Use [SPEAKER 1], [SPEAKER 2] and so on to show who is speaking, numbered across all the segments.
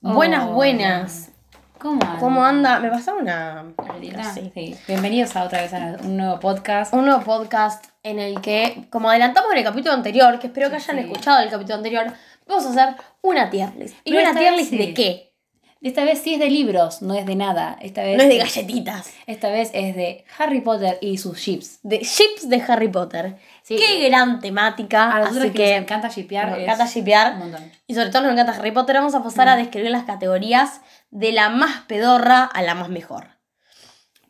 [SPEAKER 1] Buenas, buenas.
[SPEAKER 2] Oh. ¿Cómo andan?
[SPEAKER 1] ¿Cómo Ah. anda? Me pasa una.
[SPEAKER 2] Ardila.
[SPEAKER 1] Sí.
[SPEAKER 2] Sí. Bienvenidos a otra vez a la- un nuevo podcast.
[SPEAKER 1] Un nuevo podcast en el que, como adelantamos en el capítulo anterior, que espero que hayan
[SPEAKER 2] Sí.
[SPEAKER 1] escuchado el capítulo anterior, vamos a hacer una tier list. ¿Y
[SPEAKER 2] Pero
[SPEAKER 1] una
[SPEAKER 2] esta
[SPEAKER 1] tier
[SPEAKER 2] vez
[SPEAKER 1] list
[SPEAKER 2] sí.
[SPEAKER 1] de qué?
[SPEAKER 2] Esta vez sí es de libros, no es de nada. Esta vez
[SPEAKER 1] No es de galletitas.
[SPEAKER 2] Esta vez es de Harry Potter y sus chips.
[SPEAKER 1] De chips de Harry Potter.
[SPEAKER 2] Sí.
[SPEAKER 1] Qué gran temática.
[SPEAKER 2] A nosotros
[SPEAKER 1] Ah, Así
[SPEAKER 2] que,
[SPEAKER 1] que.
[SPEAKER 2] nos encanta shippear.
[SPEAKER 1] nos
[SPEAKER 2] es
[SPEAKER 1] encanta shippear.
[SPEAKER 2] Un montón. Mm.
[SPEAKER 1] Y sobre todo nos encanta Harry Potter. Vamos a pasar a describir las categorías de la más pedorra a la más mejor.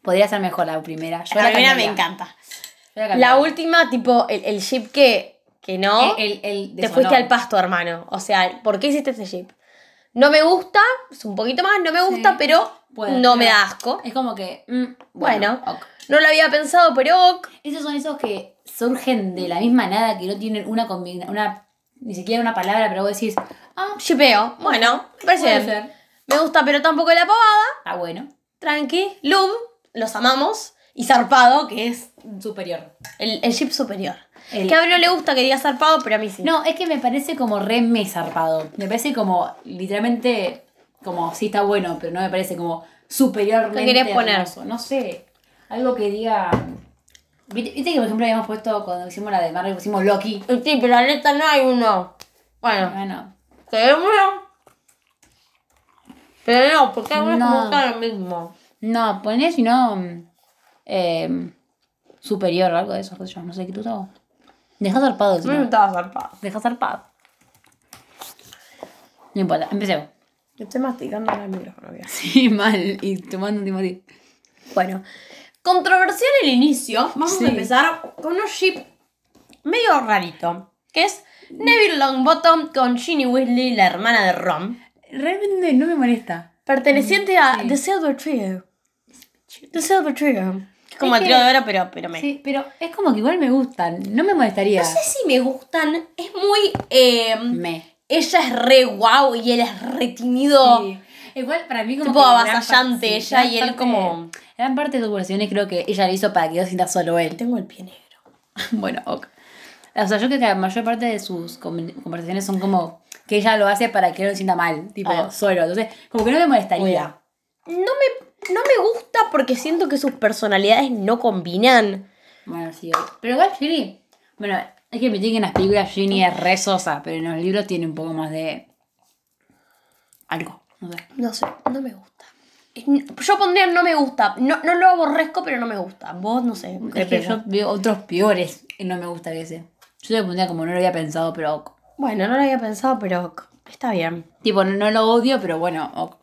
[SPEAKER 2] Podría ser mejor la primera. Yo
[SPEAKER 1] La, primera me
[SPEAKER 2] cambiaría.
[SPEAKER 1] encanta.
[SPEAKER 2] Yo
[SPEAKER 1] La
[SPEAKER 2] cambiaría. Eh,
[SPEAKER 1] última, tipo, el, el chip que, que no.
[SPEAKER 2] El, el- el
[SPEAKER 1] Te
[SPEAKER 2] deshonor.
[SPEAKER 1] fuiste al pasto, hermano. O sea, ¿por qué hiciste ese jeep? No me gusta, es un poquito más, no me gusta,
[SPEAKER 2] Sí.
[SPEAKER 1] pero
[SPEAKER 2] Puede
[SPEAKER 1] no
[SPEAKER 2] ser.
[SPEAKER 1] me da asco.
[SPEAKER 2] Es como que. mm,
[SPEAKER 1] Bueno.
[SPEAKER 2] ok.
[SPEAKER 1] No lo había pensado, pero ok.
[SPEAKER 2] Esos son esos que surgen de la misma nada, que no tienen una combinación. Una, ni siquiera una palabra, pero vos decís. Ah,
[SPEAKER 1] Shipeo. Bueno, me parece
[SPEAKER 2] puede
[SPEAKER 1] bien.
[SPEAKER 2] ser.
[SPEAKER 1] Me gusta, pero tampoco la pavada.
[SPEAKER 2] Está bueno.
[SPEAKER 1] Tranqui, Lub, los amamos. Y zarpado, que es
[SPEAKER 2] Superior.
[SPEAKER 1] el, el jeep superior.
[SPEAKER 2] El-
[SPEAKER 1] Que a mí no le gusta que diga zarpado, pero a mí sí.
[SPEAKER 2] No, es que me parece como re me zarpado. Me parece como, literalmente, como sí está bueno, pero no me parece como superiormente
[SPEAKER 1] ¿Qué querés poner?
[SPEAKER 2] hermoso. No sé, algo que diga... Viste viste que, por ejemplo, habíamos puesto, cuando hicimos la de Marvel, pusimos Loki.
[SPEAKER 1] Sí, pero la neta no hay uno. Bueno,
[SPEAKER 2] Bueno,
[SPEAKER 1] que hay uno. Pero no, porque a uno
[SPEAKER 2] No.
[SPEAKER 1] como está lo mismo.
[SPEAKER 2] no, ponés sino mm, eh, superior o algo de eso, qué sé yo, no sé qué tú sabes. Deja zarpado,
[SPEAKER 1] A mí me
[SPEAKER 2] sino,
[SPEAKER 1] estaba zarpado.
[SPEAKER 2] deja zarpado. No importa, empecemos.
[SPEAKER 1] Estoy masticando ahora el micrófono. mira.
[SPEAKER 2] Sí, mal, y tomando un timoteo.
[SPEAKER 1] Bueno, controversial el inicio. Vamos
[SPEAKER 2] Sí.
[SPEAKER 1] a empezar con un ship medio rarito. Que es Neville Longbottom con Ginny Weasley, la hermana de Ron.
[SPEAKER 2] Realmente no me molesta.
[SPEAKER 1] Perteneciente a The Silver Trio. The Silver Trio. Es como
[SPEAKER 2] Es
[SPEAKER 1] el
[SPEAKER 2] que-
[SPEAKER 1] trío de oro, pero, pero me...
[SPEAKER 2] Sí, pero es como que igual me gustan. No me molestaría.
[SPEAKER 1] No sé si me gustan. Es muy... eh,
[SPEAKER 2] Me.
[SPEAKER 1] ella es re guau y él es re tímido.
[SPEAKER 2] Sí. Igual para mí como
[SPEAKER 1] Tipo
[SPEAKER 2] que gran
[SPEAKER 1] avasallante
[SPEAKER 2] parte-
[SPEAKER 1] ella
[SPEAKER 2] gran
[SPEAKER 1] y él
[SPEAKER 2] parte-
[SPEAKER 1] como-
[SPEAKER 2] Gran parte de sus curaciones creo que ella lo hizo para que yo sienta solo él.
[SPEAKER 1] Tengo el pie negro.
[SPEAKER 2] bueno, ok. O sea, yo creo que la mayor parte de sus com- conversaciones son como que ella lo hace para que él lo sienta mal, tipo
[SPEAKER 1] Ah.
[SPEAKER 2] solo. Entonces, como que no me molestaría.
[SPEAKER 1] No me, no me gusta porque siento que sus personalidades no combinan.
[SPEAKER 2] Bueno, sí. Pero igual Ginny, bueno, hay que admitir que en las películas Ginny es re sosa, pero en los libros tiene un poco más de algo, no sé.
[SPEAKER 1] No sé, no me gusta. Es- Yo pondría no me gusta. No, no lo aborrezco, pero no me gusta. Vos no sé. ¿qué
[SPEAKER 2] Es que
[SPEAKER 1] pensás?
[SPEAKER 2] yo veo otros peores y no me gusta que ese. Yo le pondría como no lo había pensado, pero ok.
[SPEAKER 1] Bueno, no lo había pensado, pero ok, está bien.
[SPEAKER 2] Tipo, no, no lo odio, pero bueno, ok.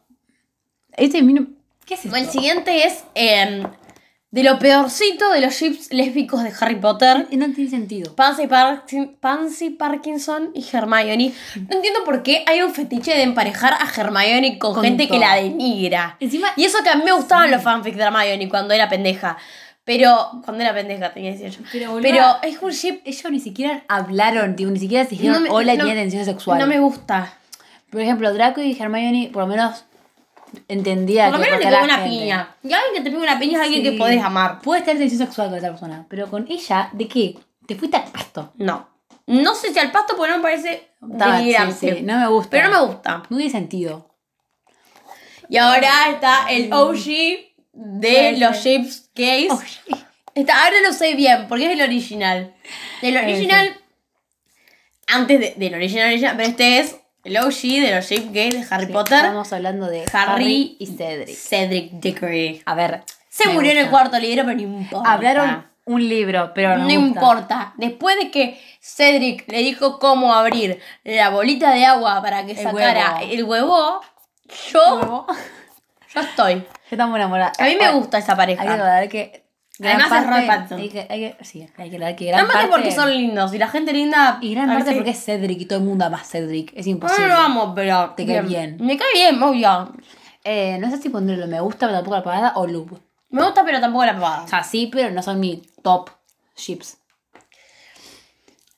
[SPEAKER 2] Este a mí no- ¿Qué es esto?
[SPEAKER 1] El siguiente es eh, de lo peorcito de los chips lésbicos de Harry Potter.
[SPEAKER 2] No tiene sentido.
[SPEAKER 1] Pansy, Parkin- Pansy Parkinson y Hermione. No entiendo por qué hay un fetiche de emparejar a Hermione con,
[SPEAKER 2] Con
[SPEAKER 1] gente que
[SPEAKER 2] todo.
[SPEAKER 1] la denigra.
[SPEAKER 2] Encima,
[SPEAKER 1] Y eso que a mí me gustaban los fanfics de Hermione cuando era pendeja. Pero, cuando era pendeja, tenía 18.
[SPEAKER 2] Pero,
[SPEAKER 1] Pero,
[SPEAKER 2] boluda,
[SPEAKER 1] es un ship.
[SPEAKER 2] ellos ni siquiera hablaron, tipo, ni siquiera se
[SPEAKER 1] No
[SPEAKER 2] dijeron
[SPEAKER 1] me-
[SPEAKER 2] hola y
[SPEAKER 1] no-
[SPEAKER 2] tenía tensión sexual.
[SPEAKER 1] No me gusta.
[SPEAKER 2] Por ejemplo, Draco y Hermione, por lo menos, entendía
[SPEAKER 1] Por lo
[SPEAKER 2] que
[SPEAKER 1] menos te
[SPEAKER 2] cortar a
[SPEAKER 1] pega
[SPEAKER 2] la
[SPEAKER 1] una
[SPEAKER 2] gente.
[SPEAKER 1] piña. Y alguien que te pega una piña es alguien
[SPEAKER 2] Sí.
[SPEAKER 1] que podés amar.
[SPEAKER 2] Puede estar en tensión sexual con esa persona, pero con ella, ¿de qué? Te fuiste al pasto.
[SPEAKER 1] No. No sé si al pasto, porque no me parece
[SPEAKER 2] Está, sí,
[SPEAKER 1] delirante.
[SPEAKER 2] sí, no me gusta.
[SPEAKER 1] Pero no me gusta.
[SPEAKER 2] No tiene sentido.
[SPEAKER 1] Y ahora está el OG de
[SPEAKER 2] Puede
[SPEAKER 1] los
[SPEAKER 2] ser.
[SPEAKER 1] chips case. Está, ahora lo sé bien, porque es el original. Del original. Antes de- del original, original, pero este es el OG de los Shape Gays de Harry
[SPEAKER 2] Sí,
[SPEAKER 1] Potter.
[SPEAKER 2] Estamos hablando de Harry,
[SPEAKER 1] Harry
[SPEAKER 2] y Cedric.
[SPEAKER 1] Cedric Diggory.
[SPEAKER 2] A ver.
[SPEAKER 1] Se
[SPEAKER 2] me
[SPEAKER 1] murió en el
[SPEAKER 2] gusta.
[SPEAKER 1] cuarto libro, pero no importa.
[SPEAKER 2] Hablaron un libro, pero no.
[SPEAKER 1] No importa. Después de que Cedric le dijo cómo abrir la bolita de agua para que sacara
[SPEAKER 2] huevo.
[SPEAKER 1] el huevo, yo,
[SPEAKER 2] Yo
[SPEAKER 1] yo estoy.
[SPEAKER 2] estamos enamorada.
[SPEAKER 1] A mí me gusta esa
[SPEAKER 2] Hay que
[SPEAKER 1] pareja.
[SPEAKER 2] aclarar que. gran
[SPEAKER 1] Además es Robert Pattinson.
[SPEAKER 2] Hay que, hay que, sí, hay que aclarar que gran
[SPEAKER 1] Nada más que
[SPEAKER 2] parte.
[SPEAKER 1] porque son lindos y la gente linda.
[SPEAKER 2] Y gran
[SPEAKER 1] a
[SPEAKER 2] parte
[SPEAKER 1] veces-
[SPEAKER 2] porque es Cedric y todo el mundo ama a Cedric. Es
[SPEAKER 1] No, no
[SPEAKER 2] imposible.
[SPEAKER 1] lo amo, pero.
[SPEAKER 2] Te cae bien.
[SPEAKER 1] Me cae bien, obvio.
[SPEAKER 2] Eh, no sé si ponerlo me gusta, pero tampoco la palabra o loop.
[SPEAKER 1] Me gusta, pero tampoco la papada.
[SPEAKER 2] O sea, sí, pero no son mi top chips.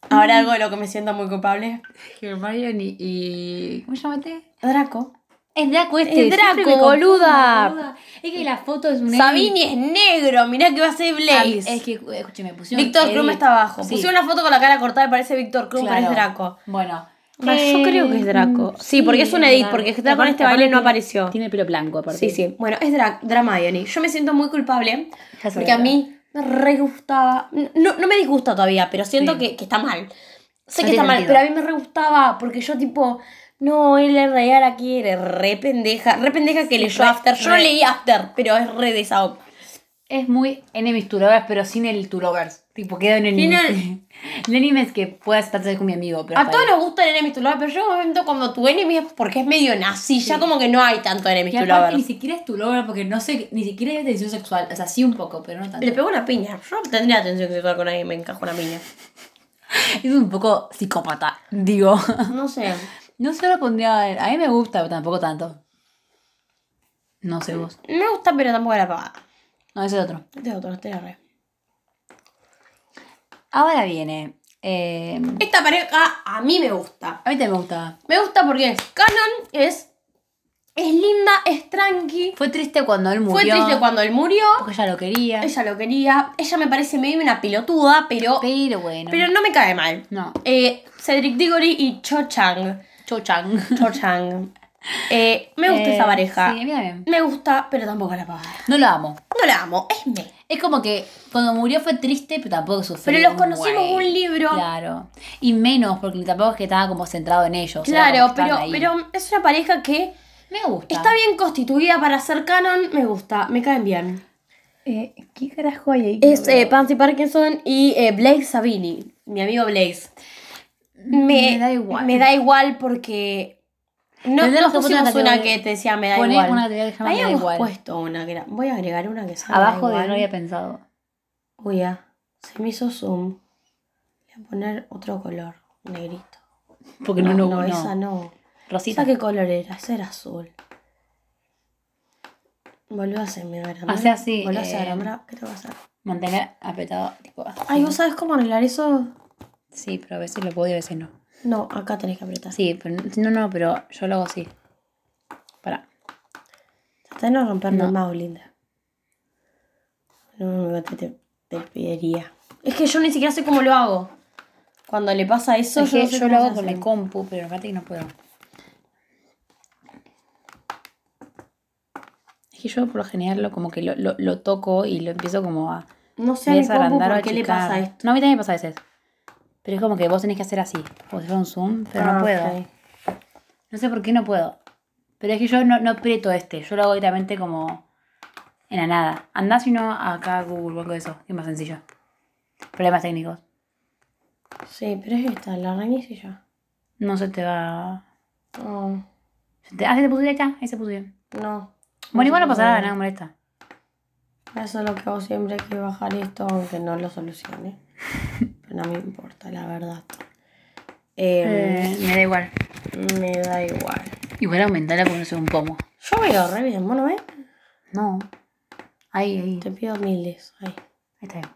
[SPEAKER 1] Ahora algo de lo que me siento muy culpable.
[SPEAKER 2] Hermione y. y- ¿Cómo llamate?
[SPEAKER 1] Draco.
[SPEAKER 2] Es Draco este.
[SPEAKER 1] Es Draco,
[SPEAKER 2] siempre me confundo,
[SPEAKER 1] boluda.
[SPEAKER 2] Es que la foto es un
[SPEAKER 1] Sabini es negro, mirá que va a ser Blaze.
[SPEAKER 2] Es que, escúcheme, pusieron.
[SPEAKER 1] Víctor
[SPEAKER 2] Eddie-
[SPEAKER 1] Krum está abajo.
[SPEAKER 2] Sí,
[SPEAKER 1] Pusieron una foto con la cara cortada y parece Víctor Krum,
[SPEAKER 2] claro.
[SPEAKER 1] pero es Draco.
[SPEAKER 2] Bueno, Eh, mm,
[SPEAKER 1] Va, yo creo que es Draco. Sí, porque es un edit, porque Draco en este baile no apareció.
[SPEAKER 2] Tiene el pelo blanco, aparte.
[SPEAKER 1] Sí, sí. Bueno, es Dra Dramione. Yo me siento muy culpable
[SPEAKER 2] Ya sé,
[SPEAKER 1] porque a mí me re gustaba. No, no me disgusta todavía, pero siento
[SPEAKER 2] Sí.
[SPEAKER 1] que, que está mal. Sé
[SPEAKER 2] No
[SPEAKER 1] que
[SPEAKER 2] tiene
[SPEAKER 1] está mal,
[SPEAKER 2] sentido.
[SPEAKER 1] pero a mí me re gustaba porque yo, tipo, no, él en realidad la quiere. Re pendeja. Re pendeja que leyó
[SPEAKER 2] re-
[SPEAKER 1] After. Yo no
[SPEAKER 2] re.
[SPEAKER 1] leí After, pero es re de esa onda.
[SPEAKER 2] Es muy enemies to lovers, pero sin el to lovers. Tipo, queda en
[SPEAKER 1] Tiene-
[SPEAKER 2] el... el anime es E que puedas pasar con mi amigo. Pero
[SPEAKER 1] E A
[SPEAKER 2] hasta
[SPEAKER 1] todos
[SPEAKER 2] ahí.
[SPEAKER 1] nos gusta el enemy to lover, pero llega un momento cuando tu enemy es porque es medio nazi, ya como que no hay tanto enemy
[SPEAKER 2] Y
[SPEAKER 1] to
[SPEAKER 2] aparte
[SPEAKER 1] lover.
[SPEAKER 2] ni siquiera es tu lover porque no sé, ni siquiera es tensión sexual. O sea, sí un poco, pero no tanto.
[SPEAKER 1] Le pego una piña. Yo tendría atención sexual con alguien, me encajo una piña.
[SPEAKER 2] Es un poco psicópata, digo.
[SPEAKER 1] No sé.
[SPEAKER 2] No se lo pondría a él. A mí me gusta, pero tampoco tanto. No sé vos.
[SPEAKER 1] Me gusta, pero tampoco la pagada.
[SPEAKER 2] No, ese es otro.
[SPEAKER 1] Este es otro, este es re.
[SPEAKER 2] Ahora viene. eh,
[SPEAKER 1] Esta pareja a mí me gusta.
[SPEAKER 2] a mí también me gusta.
[SPEAKER 1] Me gusta porque es canon, es, es linda, es tranqui.
[SPEAKER 2] Fue triste cuando él murió.
[SPEAKER 1] Fue triste cuando él murió.
[SPEAKER 2] Porque ella lo quería.
[SPEAKER 1] Ella lo quería. Ella me parece medio una pelotuda, pero,
[SPEAKER 2] Pero bueno.
[SPEAKER 1] pero no me cae mal.
[SPEAKER 2] No.
[SPEAKER 1] Eh, Cedric Diggory y Cho Chang.
[SPEAKER 2] Cho Chang.
[SPEAKER 1] Cho Chang. Eh, me gusta
[SPEAKER 2] Eh,
[SPEAKER 1] esa pareja.
[SPEAKER 2] Sí, a mí también.
[SPEAKER 1] Me gusta, pero tampoco la pagada.
[SPEAKER 2] No lo amo.
[SPEAKER 1] No la amo, es me.
[SPEAKER 2] Es como que cuando murió fue triste, pero tampoco sufrió.
[SPEAKER 1] Pero los conocimos
[SPEAKER 2] Guay.
[SPEAKER 1] en un libro.
[SPEAKER 2] Claro. Y menos, porque tampoco es que estaba como centrado en ellos. era
[SPEAKER 1] Claro,
[SPEAKER 2] como que
[SPEAKER 1] pero,
[SPEAKER 2] estaban ahí.
[SPEAKER 1] pero es una pareja que
[SPEAKER 2] Me gusta.
[SPEAKER 1] está bien constituida para ser canon. Me gusta, me caen bien.
[SPEAKER 2] Eh, ¿Qué carajo hay ahí?
[SPEAKER 1] Es eh, Pansy Parkinson y eh, Blaze Sabini, mi amigo Blaze. Me,
[SPEAKER 2] Mm, Me da igual.
[SPEAKER 1] Me da igual porque. No,
[SPEAKER 2] Tendremos
[SPEAKER 1] no
[SPEAKER 2] que poner
[SPEAKER 1] pusimos
[SPEAKER 2] una
[SPEAKER 1] una
[SPEAKER 2] categoría.
[SPEAKER 1] que te decía me da
[SPEAKER 2] Poné
[SPEAKER 1] igual.
[SPEAKER 2] una categoría que se llama me da
[SPEAKER 1] Habíamos
[SPEAKER 2] igual.
[SPEAKER 1] puesto una que era. Voy a agregar una que se llama
[SPEAKER 2] Ah, Abajo
[SPEAKER 1] me
[SPEAKER 2] de
[SPEAKER 1] da
[SPEAKER 2] no
[SPEAKER 1] igual.
[SPEAKER 2] había pensado.
[SPEAKER 1] Uy, ah, se me hizo zoom. Voy a poner otro color, negrito.
[SPEAKER 2] Porque no, no, no.
[SPEAKER 1] esa no.
[SPEAKER 2] Rosita.
[SPEAKER 1] ¿Esa qué color era? Ese era azul. Volvió a hacerme agrandar.
[SPEAKER 2] Hace así,
[SPEAKER 1] Volvió a hacer
[SPEAKER 2] eh,
[SPEAKER 1] agrandar. ¿Qué te pasa?
[SPEAKER 2] Mantener apretado. Tipo, así.
[SPEAKER 1] Ay, ¿vos sabés cómo arreglar eso?
[SPEAKER 2] Sí, pero a veces lo puedo y a veces no.
[SPEAKER 1] No, acá tenés que apretar.
[SPEAKER 2] Sí, pero no, no, pero yo lo hago así. Pará.
[SPEAKER 1] Hasta no romperme
[SPEAKER 2] No.
[SPEAKER 1] más, linda. No, no, no, te, te, te despediría. Es que yo ni siquiera sé cómo lo hago. Cuando le pasa eso,
[SPEAKER 2] Es que
[SPEAKER 1] no sé
[SPEAKER 2] yo
[SPEAKER 1] cómo
[SPEAKER 2] lo
[SPEAKER 1] se
[SPEAKER 2] hago con
[SPEAKER 1] hace.
[SPEAKER 2] mi compu, pero aparte que no puedo. Es que yo por lo general lo, como que lo, lo, lo toco y lo empiezo como a
[SPEAKER 1] No sé a mi compu
[SPEAKER 2] desagrandar o
[SPEAKER 1] por
[SPEAKER 2] a
[SPEAKER 1] qué le
[SPEAKER 2] achicar.
[SPEAKER 1] pasa esto.
[SPEAKER 2] No, a mí también me pasa a veces. Pero es como que vos tenés que hacer así, como si fuera un zoom, pero
[SPEAKER 1] Ah,
[SPEAKER 2] no puedo.
[SPEAKER 1] ok.
[SPEAKER 2] No sé por qué no puedo. Pero es que yo no, no aprieto este, yo lo hago directamente como en la nada. Andá si no acá a Google o algo de eso, que es más sencillo. Problemas técnicos.
[SPEAKER 1] Sí, pero es esta, la raíz y ya.
[SPEAKER 2] No se te va.
[SPEAKER 1] No,
[SPEAKER 2] se te- Ah, se te puso bien acá, ahí se puso bien.
[SPEAKER 1] no.
[SPEAKER 2] Bueno, igual no pasa nada,
[SPEAKER 1] no.
[SPEAKER 2] nada me molesta.
[SPEAKER 1] Eso es lo que hago siempre, que bajar esto, aunque no lo solucione. Pero no me importa, la verdad. Eh,
[SPEAKER 2] Eh, me da igual.
[SPEAKER 1] Me da igual.
[SPEAKER 2] Igual aumentar la conoce un pomo.
[SPEAKER 1] Yo veo re bien, ¿vos no ves?
[SPEAKER 2] No. Ahí, ahí.
[SPEAKER 1] Te pido miles. Ahí.
[SPEAKER 2] Ahí está bien.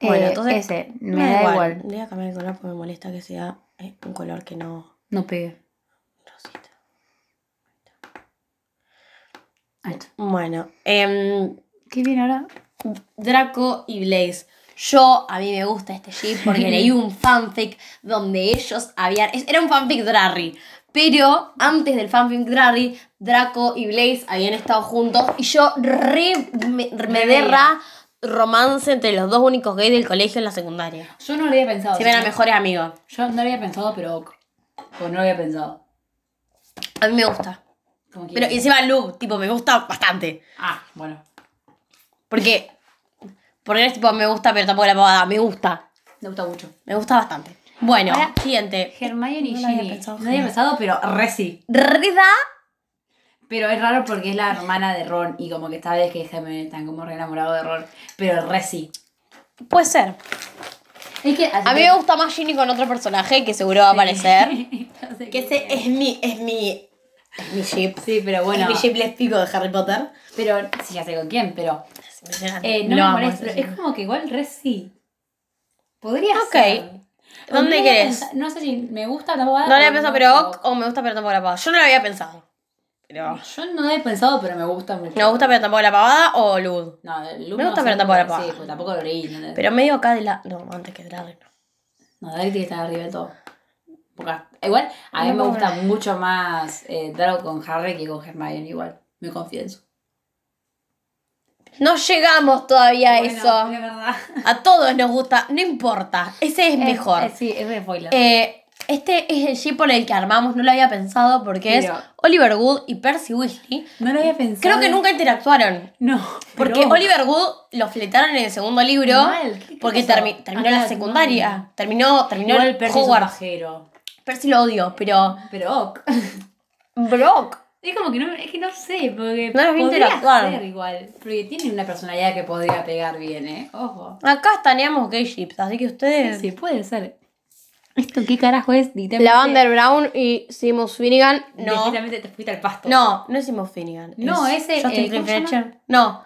[SPEAKER 1] Bueno,
[SPEAKER 2] Eh,
[SPEAKER 1] entonces,
[SPEAKER 2] Ese, me, da, igual.
[SPEAKER 1] Le voy a cambiar el color porque me molesta que sea eh, un color que no...
[SPEAKER 2] No pegue.
[SPEAKER 1] Rosita.
[SPEAKER 2] Ahí está.
[SPEAKER 1] Bueno, em,
[SPEAKER 2] ¿Qué viene ahora?
[SPEAKER 1] Draco y Blaze. Yo, a mí me gusta este ship porque leí un fanfic donde ellos habían. es- Era un fanfic Drarry. Pero antes del fanfic Drarry, Draco y Blaze habían estado juntos y yo re. me, me derra romance entre los dos únicos gays del colegio en la secundaria.
[SPEAKER 2] Yo no lo había pensado.
[SPEAKER 1] Si eran mejores amigos.
[SPEAKER 2] Yo no lo había pensado, pero. Pues no lo había pensado.
[SPEAKER 1] A mí me gusta.
[SPEAKER 2] Como que-
[SPEAKER 1] Pero encima Luke, tipo, me gusta bastante.
[SPEAKER 2] Ah, bueno.
[SPEAKER 1] Porque. Porque es tipo, me gusta, pero tampoco la pavada. Me gusta.
[SPEAKER 2] Me gusta mucho.
[SPEAKER 1] Me gusta bastante. Bueno,
[SPEAKER 2] Ahora-
[SPEAKER 1] siguiente.
[SPEAKER 2] Hermione y
[SPEAKER 1] No lo había
[SPEAKER 2] Ginny.
[SPEAKER 1] pensado
[SPEAKER 2] No lo había
[SPEAKER 1] jamás.
[SPEAKER 2] pensado, pero re sí.
[SPEAKER 1] Reda
[SPEAKER 2] Pero es raro porque es la hermana de Ron y como que esta vez que Hermione están como re enamorado de Ron. Pero re sí.
[SPEAKER 1] Puede ser.
[SPEAKER 2] Es que
[SPEAKER 1] A mí me gusta más Ginny con otro personaje que seguro va a aparecer. Que ese es mi, es mi, es mi ship.
[SPEAKER 2] Sí, pero bueno.
[SPEAKER 1] Es mi ship lésbico de Harry Potter.
[SPEAKER 2] Pero sí, ya sé con quién, pero.
[SPEAKER 1] Es impresionante.
[SPEAKER 2] eh, no
[SPEAKER 1] Lo
[SPEAKER 2] me
[SPEAKER 1] amo,
[SPEAKER 2] molesta.
[SPEAKER 1] ese
[SPEAKER 2] pero es
[SPEAKER 1] ship.
[SPEAKER 2] como que igual re sí. Podría
[SPEAKER 1] Ok.
[SPEAKER 2] ser.
[SPEAKER 1] ¿Dónde
[SPEAKER 2] Podría
[SPEAKER 1] querés?
[SPEAKER 2] pensar- No sé si me gusta tampoco.
[SPEAKER 1] No le había pensado, pero ok, o me gusta, pero tampoco la pavada. Yo no lo había pensado. Pero.
[SPEAKER 2] Yo no lo he pensado, pero me gusta mucho.
[SPEAKER 1] Me gusta, pero tampoco la pavada o Lud.
[SPEAKER 2] No, el
[SPEAKER 1] Me gusta,
[SPEAKER 2] no
[SPEAKER 1] pero
[SPEAKER 2] sé,
[SPEAKER 1] tampoco la
[SPEAKER 2] Sí,
[SPEAKER 1] paga.
[SPEAKER 2] pues tampoco lo leí. No,
[SPEAKER 1] Pero medio acá de la. No, antes que Dragon.
[SPEAKER 2] no Dark tiene que estar arriba de todo. Pocas. Igual, a mí
[SPEAKER 1] No
[SPEAKER 2] me
[SPEAKER 1] puedo
[SPEAKER 2] gusta mucho más eh, Drago con Harry que con Hermione, igual. Me confieso.
[SPEAKER 1] No llegamos todavía a eso.
[SPEAKER 2] Es verdad.
[SPEAKER 1] A todos nos gusta, no importa. Ese es, mejor.
[SPEAKER 2] sí, es de spoiler.
[SPEAKER 1] Eh, este es el ship por el que armamos, no lo había pensado porque
[SPEAKER 2] Pero-
[SPEAKER 1] es Oliver Wood y Percy Weasley.
[SPEAKER 2] no lo había pensado.
[SPEAKER 1] Creo que nunca interactuaron.
[SPEAKER 2] No.
[SPEAKER 1] Porque Oliver Wood lo fletaron en el segundo libro
[SPEAKER 2] Mal, ¿qué- qué
[SPEAKER 1] porque
[SPEAKER 2] pasó?
[SPEAKER 1] termi- terminó
[SPEAKER 2] Acá
[SPEAKER 1] la
[SPEAKER 2] es
[SPEAKER 1] secundaria.
[SPEAKER 2] mal.
[SPEAKER 1] Terminó, terminó
[SPEAKER 2] Igual
[SPEAKER 1] el
[SPEAKER 2] Percy es un
[SPEAKER 1] Hogwarts.
[SPEAKER 2] pajero.
[SPEAKER 1] Percy lo odio, pero.
[SPEAKER 2] Pero ok.
[SPEAKER 1] Brock.
[SPEAKER 2] Es como que no, es que no sé, porque
[SPEAKER 1] No los vi
[SPEAKER 2] podría
[SPEAKER 1] interactuar.
[SPEAKER 2] ser igual. Porque tiene una personalidad que podría pegar bien, ¿eh? Ojo.
[SPEAKER 1] Acá estaneamos gay ships, así que ustedes.
[SPEAKER 2] Sí, puede ser. ¿Esto qué carajo es?
[SPEAKER 1] Lavander Brown y Seamus Finnegan. No.
[SPEAKER 2] Directamente te fuiste al pasto.
[SPEAKER 1] No, no es Seamus Finnegan.
[SPEAKER 2] No, ese, eh,
[SPEAKER 1] Justin
[SPEAKER 2] ¿cómo se llama?
[SPEAKER 1] Fletcher. No. No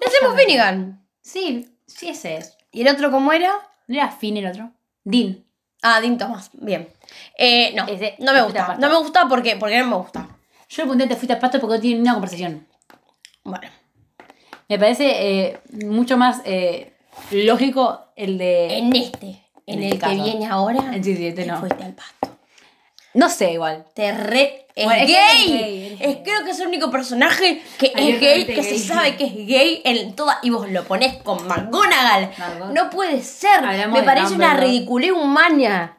[SPEAKER 1] es Seamus Finnegan.
[SPEAKER 2] Sí, sí ese es.
[SPEAKER 1] ¿Y el otro cómo era?
[SPEAKER 2] ¿No era Finn el otro? Dean.
[SPEAKER 1] Ah, Dean Thomas. Bien. Eh, no,
[SPEAKER 2] Ese-
[SPEAKER 1] no me
[SPEAKER 2] ese
[SPEAKER 1] gusta.
[SPEAKER 2] tampoco.
[SPEAKER 1] No me gusta porque, porque no me gusta.
[SPEAKER 2] Yo le pregunté te fuiste al pasto porque no tienen una conversación.
[SPEAKER 1] Bueno.
[SPEAKER 2] Me parece eh, mucho más eh, lógico el de...
[SPEAKER 1] En este,
[SPEAKER 2] En
[SPEAKER 1] en, el
[SPEAKER 2] este
[SPEAKER 1] que
[SPEAKER 2] caso.
[SPEAKER 1] viene ahora,
[SPEAKER 2] En sí, sí, este
[SPEAKER 1] te
[SPEAKER 2] no.
[SPEAKER 1] fuiste al pasto.
[SPEAKER 2] No sé, igual.
[SPEAKER 1] Te re... Es
[SPEAKER 2] Bueno, es que
[SPEAKER 1] gay.
[SPEAKER 2] eres gay, eres
[SPEAKER 1] Es- creo que es el único personaje que
[SPEAKER 2] Ay,
[SPEAKER 1] es gay,
[SPEAKER 2] realmente
[SPEAKER 1] que
[SPEAKER 2] gay.
[SPEAKER 1] se sabe que es gay en toda. Y vos lo ponés con McGonagall.
[SPEAKER 2] McGonagall.
[SPEAKER 1] No puede ser.
[SPEAKER 2] Hablamos
[SPEAKER 1] Me
[SPEAKER 2] de
[SPEAKER 1] parece una
[SPEAKER 2] Dumbledore.
[SPEAKER 1] ridiculez humana.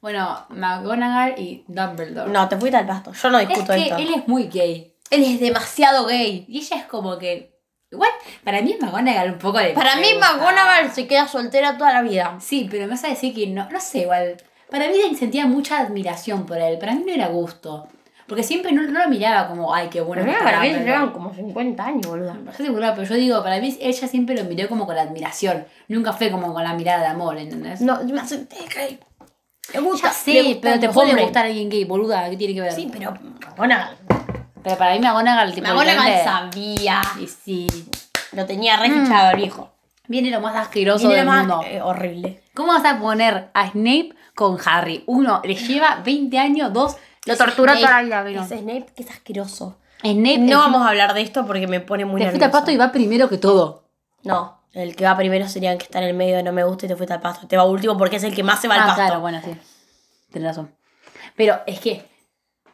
[SPEAKER 2] Bueno, McGonagall y Dumbledore.
[SPEAKER 1] No, te fuiste al pasto. Yo no
[SPEAKER 2] es
[SPEAKER 1] discuto
[SPEAKER 2] que
[SPEAKER 1] esto.
[SPEAKER 2] él es muy gay.
[SPEAKER 1] Él es demasiado gay.
[SPEAKER 2] Y ella es como que. Igual, para mí McGonagall un poco de.
[SPEAKER 1] Para mí, McGonagall se queda soltera toda la vida.
[SPEAKER 2] Sí, pero me vas a decir que no. No sé, igual. Para mí sentía mucha admiración por él. Para mí no era gusto. Porque siempre no, no lo miraba como, ay, qué bueno.
[SPEAKER 1] Pero
[SPEAKER 2] que
[SPEAKER 1] mira,
[SPEAKER 2] está
[SPEAKER 1] para mí
[SPEAKER 2] Dumbledore".
[SPEAKER 1] llevan como 50 años, boludo.
[SPEAKER 2] Yo sé, boluda, pero yo digo, para mí ella siempre lo miró como con la admiración. Nunca fue como con la mirada de amor, ¿entendés?
[SPEAKER 1] No, yo me acepté gay. Le gusta,
[SPEAKER 2] Ya
[SPEAKER 1] le
[SPEAKER 2] sé,
[SPEAKER 1] gustan
[SPEAKER 2] pero te
[SPEAKER 1] los
[SPEAKER 2] puede
[SPEAKER 1] hombres.
[SPEAKER 2] gustar alguien gay, boluda. ¿Qué tiene que ver?
[SPEAKER 1] Sí, pero McGonagall.
[SPEAKER 2] Pero para mí McGonagall, Mm. tipo.
[SPEAKER 1] McGonagall
[SPEAKER 2] evidente-
[SPEAKER 1] sabía.
[SPEAKER 2] Y sí.
[SPEAKER 1] Lo tenía re fichado el viejo.
[SPEAKER 2] Viene lo más asqueroso
[SPEAKER 1] Viene
[SPEAKER 2] del
[SPEAKER 1] la más-
[SPEAKER 2] mundo.
[SPEAKER 1] eh, horrible.
[SPEAKER 2] ¿Cómo vas a poner a Snape con Harry? Uno, le lleva 20 años, dos, lo torturó
[SPEAKER 1] Snape-
[SPEAKER 2] toda la vida, pero-
[SPEAKER 1] Ese Snape que es asqueroso.
[SPEAKER 2] Snape
[SPEAKER 1] Eh, No
[SPEAKER 2] no,
[SPEAKER 1] vamos a hablar de esto porque me pone muy
[SPEAKER 2] te fuiste al
[SPEAKER 1] nerviosa.
[SPEAKER 2] pasto y va primero que todo.
[SPEAKER 1] No, el que va primero sería el que está en el medio de no me gusta y te fuiste al pasto. Te va último porque es el que más se va al
[SPEAKER 2] ah,
[SPEAKER 1] pasto.
[SPEAKER 2] claro, bueno, sí. Tenés razón. Pero es que.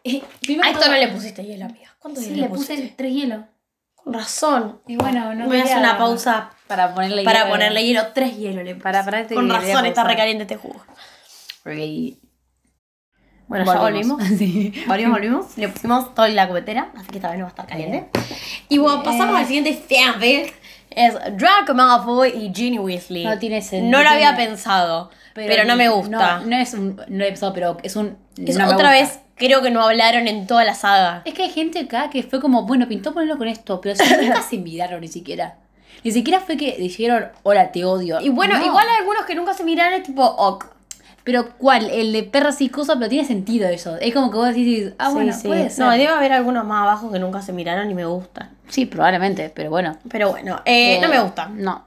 [SPEAKER 2] eh, primero
[SPEAKER 1] A
[SPEAKER 2] que
[SPEAKER 1] esto
[SPEAKER 2] todo-
[SPEAKER 1] no le pusiste hielo, amiga. ¿Cuánto
[SPEAKER 2] Sí,
[SPEAKER 1] hielo
[SPEAKER 2] le
[SPEAKER 1] le
[SPEAKER 2] puse
[SPEAKER 1] pusiste?
[SPEAKER 2] tres hielos.
[SPEAKER 1] Con razón.
[SPEAKER 2] Y bueno, no
[SPEAKER 1] me hace
[SPEAKER 2] quería-
[SPEAKER 1] una pausa
[SPEAKER 2] Para ponerle
[SPEAKER 1] para
[SPEAKER 2] hielo.
[SPEAKER 1] ponerle hielo. Tres hielo le
[SPEAKER 2] Para-
[SPEAKER 1] puse.
[SPEAKER 2] para este
[SPEAKER 1] Con
[SPEAKER 2] que quería
[SPEAKER 1] razón, está
[SPEAKER 2] pausar.
[SPEAKER 1] recaliente este jugo.
[SPEAKER 2] Porque-
[SPEAKER 1] Bueno, ya volvimos.
[SPEAKER 2] Sí.
[SPEAKER 1] Volvimos, volvimos. Le pusimos todo en la cubetera, así que esta vez no va a estar caliente. Eh, Y bueno, pasamos al siguiente fanfic. Es Draco Malfoy y Ginny Weasley.
[SPEAKER 2] No tiene sentido.
[SPEAKER 1] No lo había pensado, pero, no me gusta.
[SPEAKER 2] No, no es un. No he pensado, pero es un.
[SPEAKER 1] es
[SPEAKER 2] no me
[SPEAKER 1] otra
[SPEAKER 2] gusta.
[SPEAKER 1] vez, creo que no hablaron en toda la saga.
[SPEAKER 2] Es que hay gente acá que fue como, bueno, pintó ponerlo con esto, pero si nunca se miraron ni siquiera. Ni siquiera fue que dijeron, hola, te odio.
[SPEAKER 1] Y bueno,
[SPEAKER 2] No.
[SPEAKER 1] igual hay algunos que nunca se miraron, es tipo, ok.
[SPEAKER 2] Pero ¿cuál? El de perras y cosas, pero tiene sentido eso. Es como que vos decís, ah, bueno, puede ser.
[SPEAKER 1] No, debe haber algunos más abajo que nunca se miraron y me gustan.
[SPEAKER 2] Sí, probablemente, pero bueno.
[SPEAKER 1] Pero bueno, eh, no me gusta.
[SPEAKER 2] No.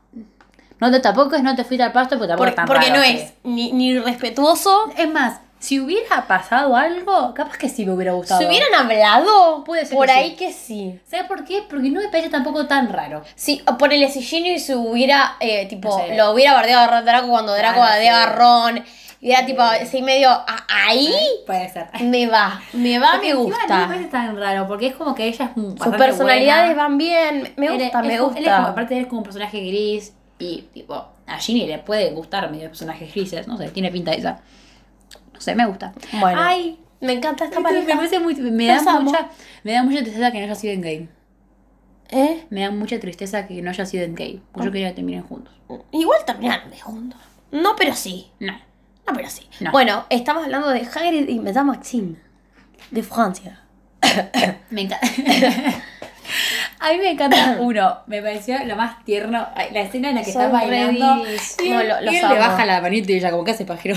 [SPEAKER 2] No, te- tampoco es no te fuiste al pasto, porque tampoco
[SPEAKER 1] Por-
[SPEAKER 2] es tan
[SPEAKER 1] porque
[SPEAKER 2] raro
[SPEAKER 1] no
[SPEAKER 2] que-
[SPEAKER 1] es ni, ni respetuoso.
[SPEAKER 2] Es más, si hubiera pasado algo, capaz que sí me hubiera gustado.
[SPEAKER 1] Si hubieran hablado,
[SPEAKER 2] Puede ser
[SPEAKER 1] por
[SPEAKER 2] que
[SPEAKER 1] ahí
[SPEAKER 2] sí.
[SPEAKER 1] que sí.
[SPEAKER 2] ¿Sabes por qué? Porque no me parece tampoco tan raro.
[SPEAKER 1] Sí, por el y se hubiera, eh, tipo,
[SPEAKER 2] No sé. Ah,
[SPEAKER 1] lo hubiera bardeado a Draco cuando Draco
[SPEAKER 2] Claro,
[SPEAKER 1] bardeaba
[SPEAKER 2] sí.
[SPEAKER 1] a Ron. Y era tipo,
[SPEAKER 2] Eh.
[SPEAKER 1] así medio, "Ah, ahí
[SPEAKER 2] Puede ser.
[SPEAKER 1] me va, me
[SPEAKER 2] Encima
[SPEAKER 1] va, me
[SPEAKER 2] No pues, me
[SPEAKER 1] gusta.
[SPEAKER 2] parece tan raro, porque es como que ella es un.
[SPEAKER 1] Sus personalidades van bien, me gusta, me
[SPEAKER 2] Él es como,
[SPEAKER 1] gusta.
[SPEAKER 2] aparte, es como un personaje gris. Y, tipo, a Ginny le puede gustar medio personajes grises. No sé, tiene pinta de esa. No sé, me gusta.
[SPEAKER 1] Bueno,
[SPEAKER 2] Ay,
[SPEAKER 1] me encanta esta
[SPEAKER 2] me
[SPEAKER 1] pareja.
[SPEAKER 2] parece muy. Me da,
[SPEAKER 1] Los amo.
[SPEAKER 2] mucha, me da mucha tristeza que no haya sido en gay.
[SPEAKER 1] ¿Eh?
[SPEAKER 2] Me da mucha tristeza que no haya sido en gay. Porque yo quería que terminen juntos.
[SPEAKER 1] Igual terminaron de juntos. No, pero sí.
[SPEAKER 2] No.
[SPEAKER 1] No, pero sí.
[SPEAKER 2] No.
[SPEAKER 1] Bueno, estamos hablando de Hagrid y Madame Maxime, de Francia.
[SPEAKER 2] Me encanta. A mí me encanta uno, me pareció lo más tierno, ay, la escena en la que
[SPEAKER 1] Son
[SPEAKER 2] está bailando
[SPEAKER 1] redis.
[SPEAKER 2] y,
[SPEAKER 1] No,
[SPEAKER 2] no,
[SPEAKER 1] lo- los
[SPEAKER 2] él
[SPEAKER 1] amo.
[SPEAKER 2] le baja la manita y ella como que hace pajero.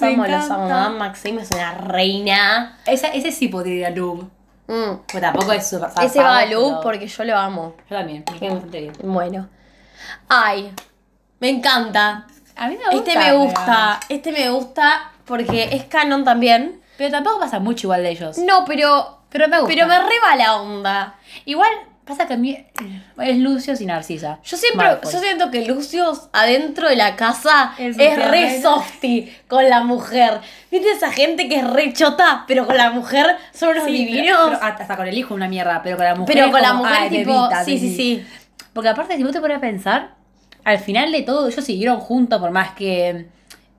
[SPEAKER 2] Me
[SPEAKER 1] amo, los
[SPEAKER 2] encanta.
[SPEAKER 1] amo. Madame Maxime es una reina.
[SPEAKER 2] Esa, ese sí podría noob.
[SPEAKER 1] Mm.
[SPEAKER 2] Pero tampoco es súper
[SPEAKER 1] Ese
[SPEAKER 2] zarpado,
[SPEAKER 1] va a Lu
[SPEAKER 2] pero-
[SPEAKER 1] porque yo lo amo.
[SPEAKER 2] Yo también, me cae bastante bien.
[SPEAKER 1] Bueno. Ay, me encanta.
[SPEAKER 2] A mí me gusta.
[SPEAKER 1] este me
[SPEAKER 2] pero-
[SPEAKER 1] gusta. Este me gusta porque es canon también.
[SPEAKER 2] Pero tampoco pasa mucho igual de ellos.
[SPEAKER 1] No, Mm, pero.
[SPEAKER 2] Pero me gusta.
[SPEAKER 1] Pero me reba la onda.
[SPEAKER 2] Igual, Pasa que a mí es Lucio y Narcisa. pues.
[SPEAKER 1] Yo siempre,
[SPEAKER 2] Malfoy.
[SPEAKER 1] yo siento que Lucio adentro de la casa
[SPEAKER 2] Es
[SPEAKER 1] es,
[SPEAKER 2] un
[SPEAKER 1] re
[SPEAKER 2] ternero.
[SPEAKER 1] softy con la mujer. ¿Viste esa gente que es re chota, pero con la mujer son unos
[SPEAKER 2] Sí, pero-
[SPEAKER 1] divinos?
[SPEAKER 2] pero hasta con el hijo una mierda, pero con la mujer.
[SPEAKER 1] Pero
[SPEAKER 2] es
[SPEAKER 1] con la
[SPEAKER 2] como,
[SPEAKER 1] mujer
[SPEAKER 2] "Ay,
[SPEAKER 1] tipo,
[SPEAKER 2] bebita,
[SPEAKER 1] sí, sí,
[SPEAKER 2] baby".
[SPEAKER 1] sí.
[SPEAKER 2] Porque aparte, si vos te pones a pensar, al final de todo ellos siguieron juntos, por más que,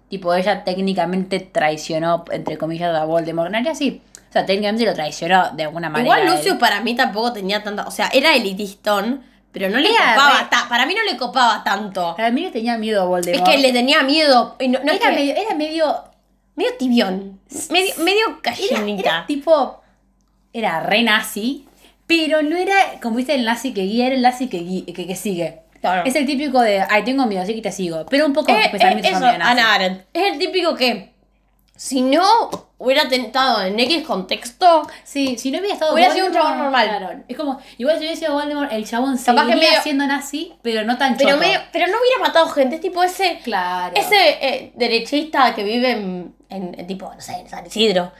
[SPEAKER 2] tipo, ella técnicamente traicionó, entre comillas, a Voldemort. En realidad sí. O sea, técnicamente lo traicionó de alguna manera.
[SPEAKER 1] Igual
[SPEAKER 2] él.
[SPEAKER 1] Lucio para mí tampoco tenía tanta, o sea, era elitistón, pero no le
[SPEAKER 2] Era
[SPEAKER 1] copaba,
[SPEAKER 2] re-
[SPEAKER 1] ta- para mí no le copaba tanto.
[SPEAKER 2] Para mí le tenía miedo a
[SPEAKER 1] Es
[SPEAKER 2] Voldemort.
[SPEAKER 1] que le tenía miedo, y no, no es
[SPEAKER 2] era,
[SPEAKER 1] que-
[SPEAKER 2] medio, era medio.
[SPEAKER 1] medio tibión, medio, medio
[SPEAKER 2] Era,
[SPEAKER 1] gallinita.
[SPEAKER 2] era tipo. Era re nazi, pero no era como viste el nazi que guía, era el nazi que, gui- que, que sigue.
[SPEAKER 1] Claro.
[SPEAKER 2] Es el típico de, ay, tengo miedo, así que te sigo. Pero un poco
[SPEAKER 1] Ah. Eh, eh,
[SPEAKER 2] pensamientos
[SPEAKER 1] eso,
[SPEAKER 2] medio nazis.
[SPEAKER 1] Ana Arendt. Es el típico que, si no hubiera tentado en X contexto,
[SPEAKER 2] Sí, si no hubiera estado
[SPEAKER 1] Hubiera sido un
[SPEAKER 2] Voldemort,
[SPEAKER 1] chabón normal.
[SPEAKER 2] Claro. Es como, igual si hubiera sido Voldemort, el chabón
[SPEAKER 1] Capaz que
[SPEAKER 2] seguiría
[SPEAKER 1] medio-
[SPEAKER 2] siendo nazi, pero no tan
[SPEAKER 1] pero,
[SPEAKER 2] choto.
[SPEAKER 1] medio- pero no hubiera matado gente. Es tipo ese,
[SPEAKER 2] Claro.
[SPEAKER 1] ese eh, derechista que vive en, en- en tipo, no sé, en San Isidro.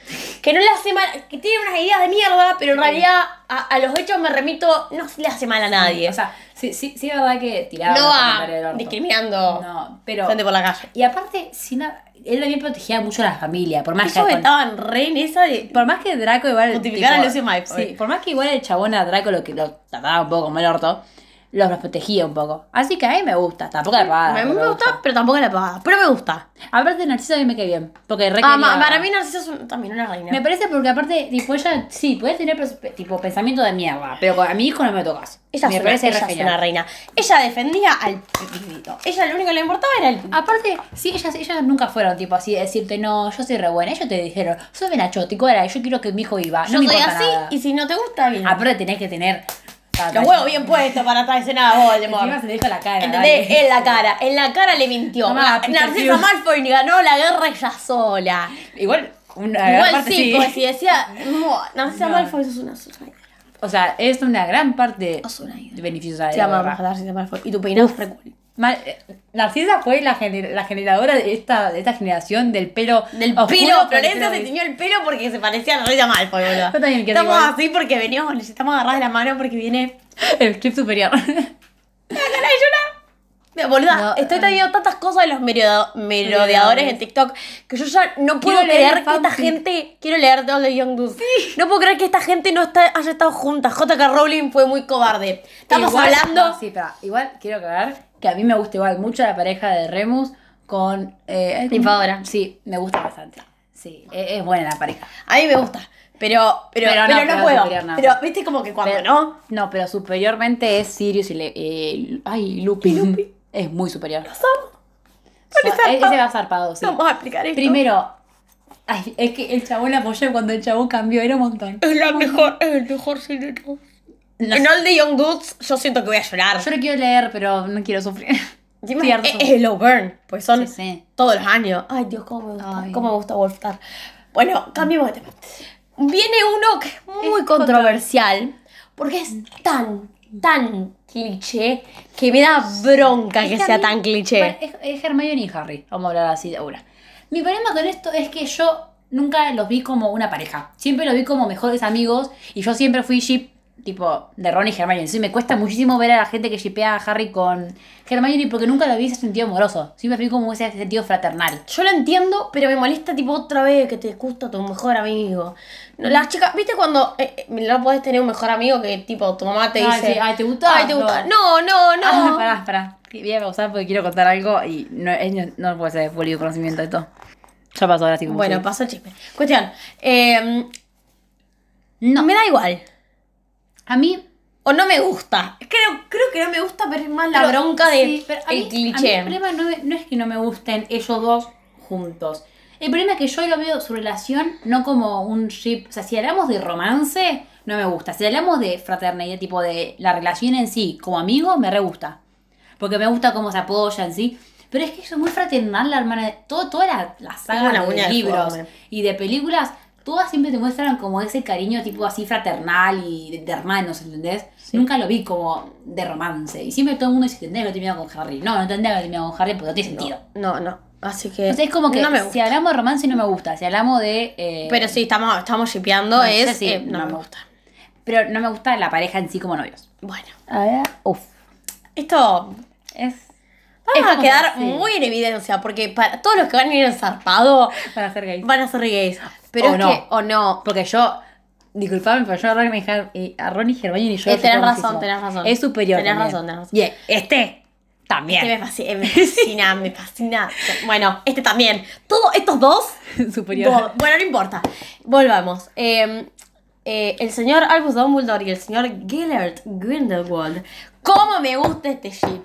[SPEAKER 1] Que no le hace mal, que tiene unas ideas de mierda, pero en realidad a, a los hechos me remito, no le hace mal a nadie.
[SPEAKER 2] O sea, sí, sí, sí es verdad que tiraba
[SPEAKER 1] no
[SPEAKER 2] los comentarios del
[SPEAKER 1] va
[SPEAKER 2] orto.
[SPEAKER 1] discriminando
[SPEAKER 2] No, pero...
[SPEAKER 1] gente por la calle.
[SPEAKER 2] Y aparte, Sina, él también protegía mucho a la familia, por más que...
[SPEAKER 1] Ellos estaban re en esa de...
[SPEAKER 2] Por más que Draco igual...
[SPEAKER 1] Justificar a Lucio Malfoy.
[SPEAKER 2] Sí, por más que igual el chabón a Draco lo que lo trataba un poco como el orto, los los protegía un poco. Así que a mí me gusta, tampoco la pagada.
[SPEAKER 1] a mí
[SPEAKER 2] Ah, pero
[SPEAKER 1] me gusta, pero tampoco la pagada. Pero me gusta.
[SPEAKER 2] Aparte Narciso a mí me cae bien, porque re
[SPEAKER 1] Ah,
[SPEAKER 2] quería-
[SPEAKER 1] ma- para mí Narciso es un- también una reina.
[SPEAKER 2] Me parece porque aparte, tipo, ella sí, puede tener pres- tipo pensamiento de mierda, pero con- a mi hijo no me tocas.
[SPEAKER 1] Ella,
[SPEAKER 2] me
[SPEAKER 1] es, una, ella
[SPEAKER 2] re
[SPEAKER 1] es
[SPEAKER 2] genial.
[SPEAKER 1] una reina. Ella defendía al pibito. Ella lo único que le importaba era el pibito.
[SPEAKER 2] Aparte, sí, ellas, ellas nunca fueron tipo así, de decirte, no, yo soy re buena. Ellos te dijeron, soy benachótico, era, yo quiero que mi hijo viva.
[SPEAKER 1] Yo
[SPEAKER 2] no me
[SPEAKER 1] soy
[SPEAKER 2] importa
[SPEAKER 1] así
[SPEAKER 2] nada.
[SPEAKER 1] y si no te gusta, bien.
[SPEAKER 2] Aparte tenés que tener...
[SPEAKER 1] Los huevos bien puestos para "Ah, traicionar a
[SPEAKER 2] Encima
[SPEAKER 1] Voldemort.
[SPEAKER 2] se le dijo la cara.
[SPEAKER 1] ¿Entendés?
[SPEAKER 2] dale.
[SPEAKER 1] En la cara. En la cara le mintió.
[SPEAKER 2] Tomá,
[SPEAKER 1] La-
[SPEAKER 2] Peter
[SPEAKER 1] Narcisa
[SPEAKER 2] Hughes.
[SPEAKER 1] Malfoy ganó la guerra ella sola.
[SPEAKER 2] Igual, una gran
[SPEAKER 1] Igual
[SPEAKER 2] parte
[SPEAKER 1] sí, porque si decía... "No, Narcisa
[SPEAKER 2] No.
[SPEAKER 1] Malfoy es una Susana.
[SPEAKER 2] O sea, es una gran parte
[SPEAKER 1] Es una ídola.
[SPEAKER 2] beneficiosa de
[SPEAKER 1] Te
[SPEAKER 2] la
[SPEAKER 1] amamos,
[SPEAKER 2] guerra.
[SPEAKER 1] Narcisa Malfoy. Y tu peinado es re cool.
[SPEAKER 2] Mal- eh, Narcisa fue la, gener- la generadora de esta, de esta generación del pelo
[SPEAKER 1] Del
[SPEAKER 2] oscuro
[SPEAKER 1] pelo,
[SPEAKER 2] con el
[SPEAKER 1] Florencia
[SPEAKER 2] pelo
[SPEAKER 1] se
[SPEAKER 2] gris.
[SPEAKER 1] tiñó el pelo porque se parecía a Narcisa Malfoy, boludo.
[SPEAKER 2] Yo también quiero
[SPEAKER 1] Estamos
[SPEAKER 2] igual.
[SPEAKER 1] así porque veníamos, necesitamos agarrar de la mano porque viene
[SPEAKER 2] El clip superior.
[SPEAKER 1] cara de llorar. Me- Boluda,
[SPEAKER 2] No,
[SPEAKER 1] estoy
[SPEAKER 2] eh.
[SPEAKER 1] teniendo tantas cosas de los merodeadores
[SPEAKER 2] Merodeadores.
[SPEAKER 1] en TikTok que yo ya no puedo
[SPEAKER 2] Quiero leer
[SPEAKER 1] creer
[SPEAKER 2] el
[SPEAKER 1] que esta
[SPEAKER 2] fanfic.
[SPEAKER 1] gente. Quiero leer todo de Young Dudes. No puedo creer que esta gente no está, haya estado junta. JK Rowling fue muy cobarde. Estamos
[SPEAKER 2] Igual-
[SPEAKER 1] hablando.
[SPEAKER 2] no, sí, pero igual quiero aclarar que a mí me gusta igual mucho la pareja de Remus con. Eh, ay, ¿cómo?
[SPEAKER 1] Ninfadora.
[SPEAKER 2] Sí, me gusta bastante. Sí, e- es, buena la pareja.
[SPEAKER 1] A mí me gusta. Pero, pero,
[SPEAKER 2] Pero no,
[SPEAKER 1] pero no,
[SPEAKER 2] pero
[SPEAKER 1] puedo.
[SPEAKER 2] superior no.
[SPEAKER 1] Pero viste como que cuando
[SPEAKER 2] Pero-
[SPEAKER 1] no.
[SPEAKER 2] No, pero superiormente es Sirius y. Le, eh, ay, Lupin. Es muy superior. So-
[SPEAKER 1] Parece
[SPEAKER 2] e- ese va zarpado, sí.
[SPEAKER 1] No vamos a explicar esto.
[SPEAKER 2] Primero, ay, es que el chabón la apoyó cuando el chabón cambió, era un montón.
[SPEAKER 1] Es la mejor, es el mejor cine.
[SPEAKER 2] No
[SPEAKER 1] En All the Young Dudes, yo siento que voy a llorar.
[SPEAKER 2] Yo lo quiero leer, pero no quiero sufrir.
[SPEAKER 1] Encima
[SPEAKER 2] Cierto.
[SPEAKER 1] es, es el low burn, pues son
[SPEAKER 2] Sí, sí.
[SPEAKER 1] todos los años. Ay, Dios, cómo me gusta,
[SPEAKER 2] Ay.
[SPEAKER 1] cómo me gusta Wolfstar. Bueno, cambiemos de tema. Viene uno que es muy
[SPEAKER 2] Es
[SPEAKER 1] controversial, porque es tan, tan cliché, que me da bronca que
[SPEAKER 2] Es a
[SPEAKER 1] sea
[SPEAKER 2] mí-
[SPEAKER 1] tan
[SPEAKER 2] Bueno,
[SPEAKER 1] cliché.
[SPEAKER 2] es, es Hermione y Harry. Vamos a hablar así de una. Mi problema con esto es que yo nunca los vi como una pareja. Siempre los vi como mejores amigos. Y yo siempre fui ship tipo de Ron y Hermione. Entonces me cuesta muchísimo ver a la gente que shippea a Harry con Hermione porque nunca lo vi ese sentido amoroso. Siempre fui como ese sentido fraternal.
[SPEAKER 1] Yo lo entiendo, pero me molesta tipo otra vez que te gusta tu mejor amigo. No, Las chicas, ¿viste cuando eh, eh, no podés tener un mejor amigo que tipo tu mamá te
[SPEAKER 2] Ay,
[SPEAKER 1] dice...
[SPEAKER 2] sí, ay, ¿te gustaba?
[SPEAKER 1] Ay, te
[SPEAKER 2] No.
[SPEAKER 1] gusta. No, no, no.
[SPEAKER 2] Ah, pará, pará. Voy a pausar porque quiero contar algo y no, es- no, no puede ser bolido conocimiento de todo. Ya pasó ahora sí como
[SPEAKER 1] Bueno,
[SPEAKER 2] sí.
[SPEAKER 1] pasó el chisme. Cuestión. eh,
[SPEAKER 2] No,
[SPEAKER 1] Me da igual.
[SPEAKER 2] a mí
[SPEAKER 1] O no me gusta. Creo, creo que no me gusta, pero es más la
[SPEAKER 2] Pero-
[SPEAKER 1] bronca de
[SPEAKER 2] sí, pero a
[SPEAKER 1] el
[SPEAKER 2] mí-
[SPEAKER 1] cliché.
[SPEAKER 2] a mí el problema no, es- no es que no me gusten ellos dos juntos. El problema es que yo lo veo su relación no como un ship. O sea, si hablamos de romance, no me gusta. Si hablamos de fraternidad, tipo de la relación en sí, como amigos, me re gusta. Porque me gusta cómo se apoyan, ¿sí? Pero es que eso es muy fraternal, la hermana. De, todo, toda la, la
[SPEAKER 1] como la
[SPEAKER 2] saga
[SPEAKER 1] uña
[SPEAKER 2] de
[SPEAKER 1] del
[SPEAKER 2] libros
[SPEAKER 1] juego,
[SPEAKER 2] y de películas, todas siempre te muestran como ese cariño tipo así fraternal y de, de hermanos, ¿entendés? Nunca lo vi como de romance. Y siempre todo el mundo dice, tendría que terminar con Harry. No, no tendría que terminar con Harry porque no tiene sentido.
[SPEAKER 1] No, no. Así que.
[SPEAKER 2] Entonces es como que
[SPEAKER 1] No me
[SPEAKER 2] si
[SPEAKER 1] gusta.
[SPEAKER 2] hablamos de romance no me gusta, si hablamos de... eh,
[SPEAKER 1] Pero sí, estamos, estamos shipeando.
[SPEAKER 2] no sé
[SPEAKER 1] es.
[SPEAKER 2] si
[SPEAKER 1] eh, no,
[SPEAKER 2] no
[SPEAKER 1] me
[SPEAKER 2] me
[SPEAKER 1] gusta.
[SPEAKER 2] Pero no me gusta la pareja en sí como novios.
[SPEAKER 1] Bueno,
[SPEAKER 2] A ver. Uf.
[SPEAKER 1] esto
[SPEAKER 2] Es. es
[SPEAKER 1] va a
[SPEAKER 2] como-
[SPEAKER 1] quedar
[SPEAKER 2] sí.
[SPEAKER 1] muy en evidencia porque para todos los que van a ir al zarpado
[SPEAKER 2] Para ser gays.
[SPEAKER 1] van a ser gays.
[SPEAKER 2] O
[SPEAKER 1] Pero es
[SPEAKER 2] no.
[SPEAKER 1] que, o no.
[SPEAKER 2] Porque yo. Disculpame, pero yo a Ron y, Har- y- a Ron y Hermione y yo.
[SPEAKER 1] Eh,
[SPEAKER 2] lo
[SPEAKER 1] tenés
[SPEAKER 2] supero
[SPEAKER 1] razón,
[SPEAKER 2] muchísimo.
[SPEAKER 1] tenés razón.
[SPEAKER 2] Es superior.
[SPEAKER 1] Tenés
[SPEAKER 2] también.
[SPEAKER 1] razón, tenés razón.
[SPEAKER 2] Y este también.
[SPEAKER 1] Este me fascina, me fascina, me fascina. Bueno, este también. Todos estos dos.
[SPEAKER 2] superior.
[SPEAKER 1] Bo- Bueno, no importa. Volvamos. Eh, eh, el señor Albus Dumbledore y el señor Gellert Grindelwald. ¿Cómo me gusta este ship?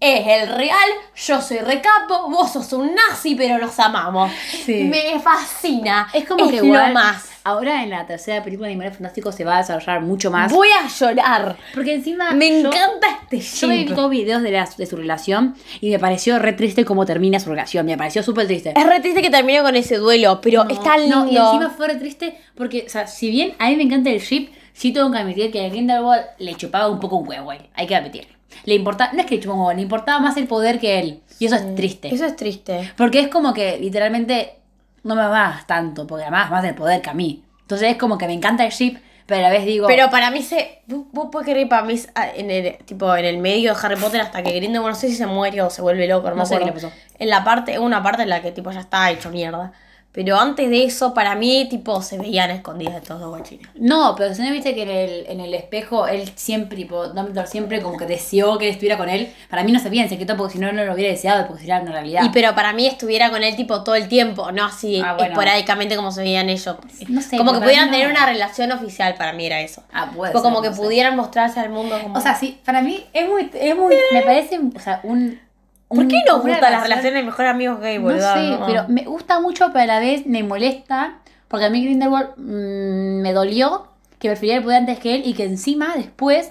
[SPEAKER 1] Es el real, yo soy recapo, vos sos un nazi, pero los amamos.
[SPEAKER 2] Sí.
[SPEAKER 1] Me fascina.
[SPEAKER 2] Es como que
[SPEAKER 1] lo
[SPEAKER 2] igual.
[SPEAKER 1] más.
[SPEAKER 2] Ahora en la tercera película de Animales Fantásticos se va a desarrollar mucho más.
[SPEAKER 1] Voy a llorar.
[SPEAKER 2] Porque encima.
[SPEAKER 1] Me
[SPEAKER 2] yo-
[SPEAKER 1] encanta este
[SPEAKER 2] Yo me vi
[SPEAKER 1] ship.
[SPEAKER 2] todos videos de, la- de su relación y me pareció re triste cómo termina su relación. Me pareció súper triste.
[SPEAKER 1] Es re triste que termine con ese duelo, pero
[SPEAKER 2] No,
[SPEAKER 1] está lindo.
[SPEAKER 2] No, y encima fue re triste porque, o sea, si bien a mí me encanta el ship, sí tengo que admitir que a Grindelwald le chupaba un poco un huevo, él. hay que admitirlo. Le importaba, no es que le chupaba un huevo, le importaba más el poder que él. Y eso es triste.
[SPEAKER 1] Eso es triste.
[SPEAKER 2] Porque es como que literalmente no me amabas tanto, porque además más del poder que a mí. Entonces es como que me encanta el ship, pero a la vez digo.
[SPEAKER 1] Pero para mí se. Vos, vos podés creer que para mí es, ah, en el, tipo, en el medio de Harry Potter hasta que Grindelwald, no sé si se muere o se vuelve loco, no, me
[SPEAKER 2] No sé qué
[SPEAKER 1] acuerdo.
[SPEAKER 2] le pasó.
[SPEAKER 1] En la parte, en una parte en la que tipo ya está hecho mierda. Pero antes de eso, para mí, tipo, se veían escondidas estos dos guachines.
[SPEAKER 2] No, pero si no viste que en el, en el espejo él siempre, tipo, Dumbledore siempre como que deseó que él estuviera con él. Para mí no sabía en secreto porque si no, no lo hubiera deseado porque sería una realidad.
[SPEAKER 1] Y pero para mí estuviera con él tipo todo el tiempo, no así
[SPEAKER 2] Ah, bueno.
[SPEAKER 1] esporádicamente como se veían ellos.
[SPEAKER 2] No sé,
[SPEAKER 1] como
[SPEAKER 2] pero
[SPEAKER 1] que
[SPEAKER 2] para
[SPEAKER 1] pudieran
[SPEAKER 2] mí no.
[SPEAKER 1] tener una relación oficial, para mí era eso.
[SPEAKER 2] Ah, puede
[SPEAKER 1] Tipo,
[SPEAKER 2] ser,
[SPEAKER 1] como que
[SPEAKER 2] no sé.
[SPEAKER 1] pudieran mostrarse al mundo como...
[SPEAKER 2] O sea, sí, para mí es muy, es muy, me parece, o sea, un...
[SPEAKER 1] ¿por
[SPEAKER 2] un-
[SPEAKER 1] qué nos
[SPEAKER 2] mm, una
[SPEAKER 1] gustan
[SPEAKER 2] relación-
[SPEAKER 1] las relaciones de mejores amigos gay,
[SPEAKER 2] No
[SPEAKER 1] boludo?
[SPEAKER 2] sé, pero me gusta mucho, pero a la vez me molesta, porque a mí Grindelwald mm, me dolió que prefería el poder antes que él y que encima después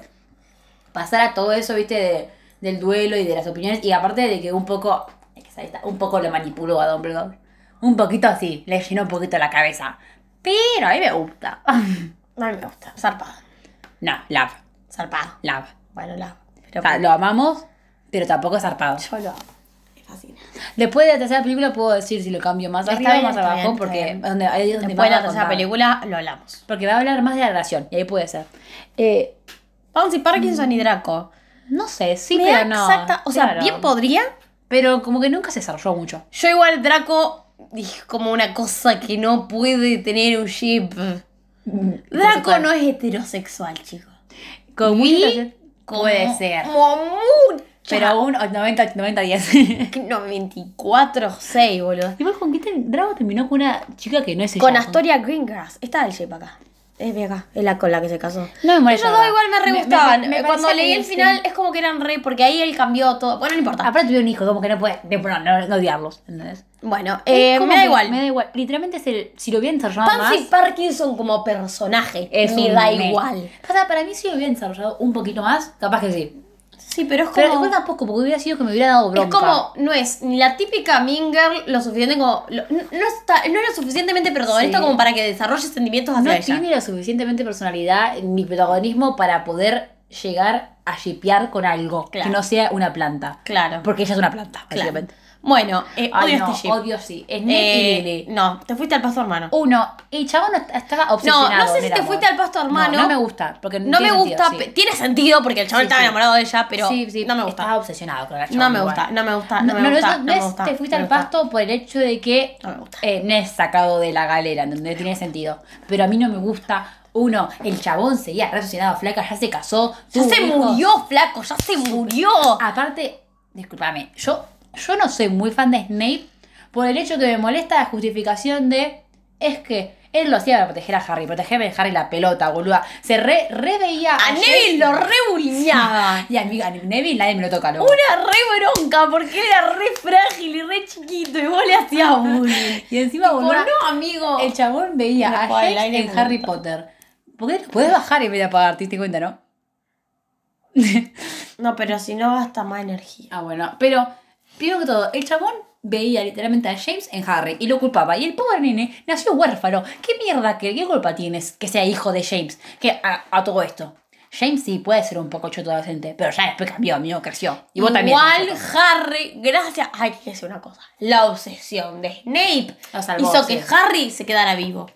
[SPEAKER 2] pasara todo eso, viste, de- del duelo y de las opiniones, y aparte de que un poco, es que ahí está, un poco lo manipuló a Dumbledore, un poquito así, le llenó un poquito la cabeza, pero a mí me gusta.
[SPEAKER 1] A mí me gusta, zarpado.
[SPEAKER 2] no, love,
[SPEAKER 1] Zarpado.
[SPEAKER 2] love.
[SPEAKER 1] Bueno, la.
[SPEAKER 2] O
[SPEAKER 1] Pero
[SPEAKER 2] sea, lo amamos, pero tampoco es zarpado.
[SPEAKER 1] yo lo amo. Me fascina.
[SPEAKER 2] Después de la tercera película puedo decir si lo cambio más
[SPEAKER 1] Está
[SPEAKER 2] arriba o
[SPEAKER 1] bien,
[SPEAKER 2] más
[SPEAKER 1] está
[SPEAKER 2] abajo,
[SPEAKER 1] bien, está
[SPEAKER 2] porque
[SPEAKER 1] bien.
[SPEAKER 2] es donde, ahí es donde más
[SPEAKER 1] Después de la
[SPEAKER 2] va a
[SPEAKER 1] tercera
[SPEAKER 2] contar.
[SPEAKER 1] película lo hablamos.
[SPEAKER 2] Porque va a hablar más de la relación, y ahí puede ser. Eh,
[SPEAKER 1] Pansy Parkinson y Draco.
[SPEAKER 2] no sé, sí,
[SPEAKER 1] Me da
[SPEAKER 2] pero no.
[SPEAKER 1] Mm. exacta. O sea,
[SPEAKER 2] claro.
[SPEAKER 1] bien podría.
[SPEAKER 2] Pero como que nunca se desarrolló mucho.
[SPEAKER 1] Yo igual Draco dije como una cosa que no puede tener un ship. Mm. Draco no es heterosexual, chicos.
[SPEAKER 2] Con
[SPEAKER 1] Will
[SPEAKER 2] Will puede ser.
[SPEAKER 1] Como mucho.
[SPEAKER 2] Pero oh, un 90-10.
[SPEAKER 1] Que No, 24 6, boludo.
[SPEAKER 2] Igual con Kitten Drago terminó con una chica que no es ella.
[SPEAKER 1] Con Astoria Greengrass. Está el ship acá. Es de acá. Es la con la que se casó.
[SPEAKER 2] No me molesta.
[SPEAKER 1] Ellos
[SPEAKER 2] la
[SPEAKER 1] dos igual me
[SPEAKER 2] verdad.
[SPEAKER 1] re gustaban.
[SPEAKER 2] me- me
[SPEAKER 1] Cuando
[SPEAKER 2] parece
[SPEAKER 1] leí
[SPEAKER 2] que
[SPEAKER 1] el
[SPEAKER 2] sí.
[SPEAKER 1] final es como que Ah, eran re, porque ahí él cambió todo. Bueno, no importa.
[SPEAKER 2] Aparte tuvieron un hijo, como que no puede. de- No, no, no odiarlos, ¿entendés?
[SPEAKER 1] Bueno,
[SPEAKER 2] Es
[SPEAKER 1] eh,
[SPEAKER 2] como
[SPEAKER 1] me da
[SPEAKER 2] que
[SPEAKER 1] igual.
[SPEAKER 2] Me da igual. Literalmente, es el- si lo hubieran desarrollado
[SPEAKER 1] Pansy
[SPEAKER 2] más.
[SPEAKER 1] Parkinson como personaje
[SPEAKER 2] es
[SPEAKER 1] me
[SPEAKER 2] un
[SPEAKER 1] da
[SPEAKER 2] meh.
[SPEAKER 1] igual.
[SPEAKER 2] O sea, para mí, si lo hubieran desarrollado un poquito más, capaz que sí.
[SPEAKER 1] Sí, pero es
[SPEAKER 2] Pero
[SPEAKER 1] como.
[SPEAKER 2] igual tampoco, porque hubiera sido que me hubiera dado
[SPEAKER 1] es
[SPEAKER 2] bronca.
[SPEAKER 1] como, no es ni la típica Mean Girl lo suficiente como. lo- no, no está, no es lo suficientemente protagonista
[SPEAKER 2] Sí.
[SPEAKER 1] como para que desarrolle sentimientos
[SPEAKER 2] No
[SPEAKER 1] hacia ella.
[SPEAKER 2] tiene la suficientemente personalidad ni protagonismo para poder llegar a shipear con algo
[SPEAKER 1] Claro.
[SPEAKER 2] que no sea una planta.
[SPEAKER 1] Claro.
[SPEAKER 2] Porque ella es una planta,
[SPEAKER 1] Claro.
[SPEAKER 2] básicamente.
[SPEAKER 1] Bueno, eh,
[SPEAKER 2] Ay,
[SPEAKER 1] odio
[SPEAKER 2] no,
[SPEAKER 1] este ship.
[SPEAKER 2] odio sí. Es
[SPEAKER 1] Eh,
[SPEAKER 2] Ned y Lily.
[SPEAKER 1] no, te fuiste al paso hermano.
[SPEAKER 2] Uno, el chabón no- estaba obsesionado.
[SPEAKER 1] No, no sé
[SPEAKER 2] en
[SPEAKER 1] si
[SPEAKER 2] el
[SPEAKER 1] te
[SPEAKER 2] amor.
[SPEAKER 1] fuiste al pasto hermano.
[SPEAKER 2] No, no me gusta. Porque
[SPEAKER 1] No me
[SPEAKER 2] tiene
[SPEAKER 1] gusta,
[SPEAKER 2] sentido,
[SPEAKER 1] pe-
[SPEAKER 2] sí.
[SPEAKER 1] tiene sentido porque el chabón
[SPEAKER 2] Sí,
[SPEAKER 1] estaba
[SPEAKER 2] sí.
[SPEAKER 1] enamorado de ella, pero
[SPEAKER 2] Sí, sí,
[SPEAKER 1] no me gusta.
[SPEAKER 2] Estaba obsesionado con la chabona
[SPEAKER 1] No me
[SPEAKER 2] igual.
[SPEAKER 1] gusta, no me gusta, Ah, no me
[SPEAKER 2] eso
[SPEAKER 1] gusta,
[SPEAKER 2] no
[SPEAKER 1] no me
[SPEAKER 2] es
[SPEAKER 1] gusta,
[SPEAKER 2] te fuiste
[SPEAKER 1] no me
[SPEAKER 2] al
[SPEAKER 1] gusta.
[SPEAKER 2] pasto por el hecho de que
[SPEAKER 1] No me gusta.
[SPEAKER 2] eh, no es sacado de la galera, ¿entendés? Tiene sentido. Pero a mí no me gusta. Uno, el chabón seguía relacionado a Flaca, ya se casó.
[SPEAKER 1] Ya
[SPEAKER 2] tuvo
[SPEAKER 1] se
[SPEAKER 2] hijos.
[SPEAKER 1] murió, flaco, ya se murió.
[SPEAKER 2] Ah, Aparte, discúlpame, yo, yo no soy muy fan de Snape por el hecho que me molesta la justificación de. Es que él lo hacía para proteger a Harry, protegerme de Harry la pelota, boluda. Se re, re veía.
[SPEAKER 1] A Neville lo rebulineaba.
[SPEAKER 2] Y a, mí- a Neville nadie me lo toca, loco.
[SPEAKER 1] Una re bronca porque él era re frágil y re chiquito y vos le hacías bullying.
[SPEAKER 2] Y encima,
[SPEAKER 1] Tipo,
[SPEAKER 2] boluda,
[SPEAKER 1] no, amigo.
[SPEAKER 2] El chabón veía
[SPEAKER 1] Una
[SPEAKER 2] a
[SPEAKER 1] espada del
[SPEAKER 2] James
[SPEAKER 1] aire
[SPEAKER 2] en
[SPEAKER 1] punta.
[SPEAKER 2] Harry Potter. ¿Por qué lo podés bajar en vez de apagar? ¿Te diste cuenta, no?
[SPEAKER 1] No, pero si no gasta más energía.
[SPEAKER 2] Ah, bueno. Pero, primero que todo, el chabón veía literalmente a James en Harry y lo culpaba. Y el pobre nene nació huérfano. ¿Qué mierda, que, qué culpa tienes que sea hijo de James? Que a, a todo esto. James sí puede ser un poco choto adolescente, pero ya después cambió, amigo, creció. Y vos también. sos
[SPEAKER 1] Igual
[SPEAKER 2] un choto.
[SPEAKER 1] Harry, gracias. Hay que decir una cosa. La obsesión de Snape
[SPEAKER 2] Lo salvó,
[SPEAKER 1] hizo
[SPEAKER 2] sí.
[SPEAKER 1] que Harry se quedara vivo.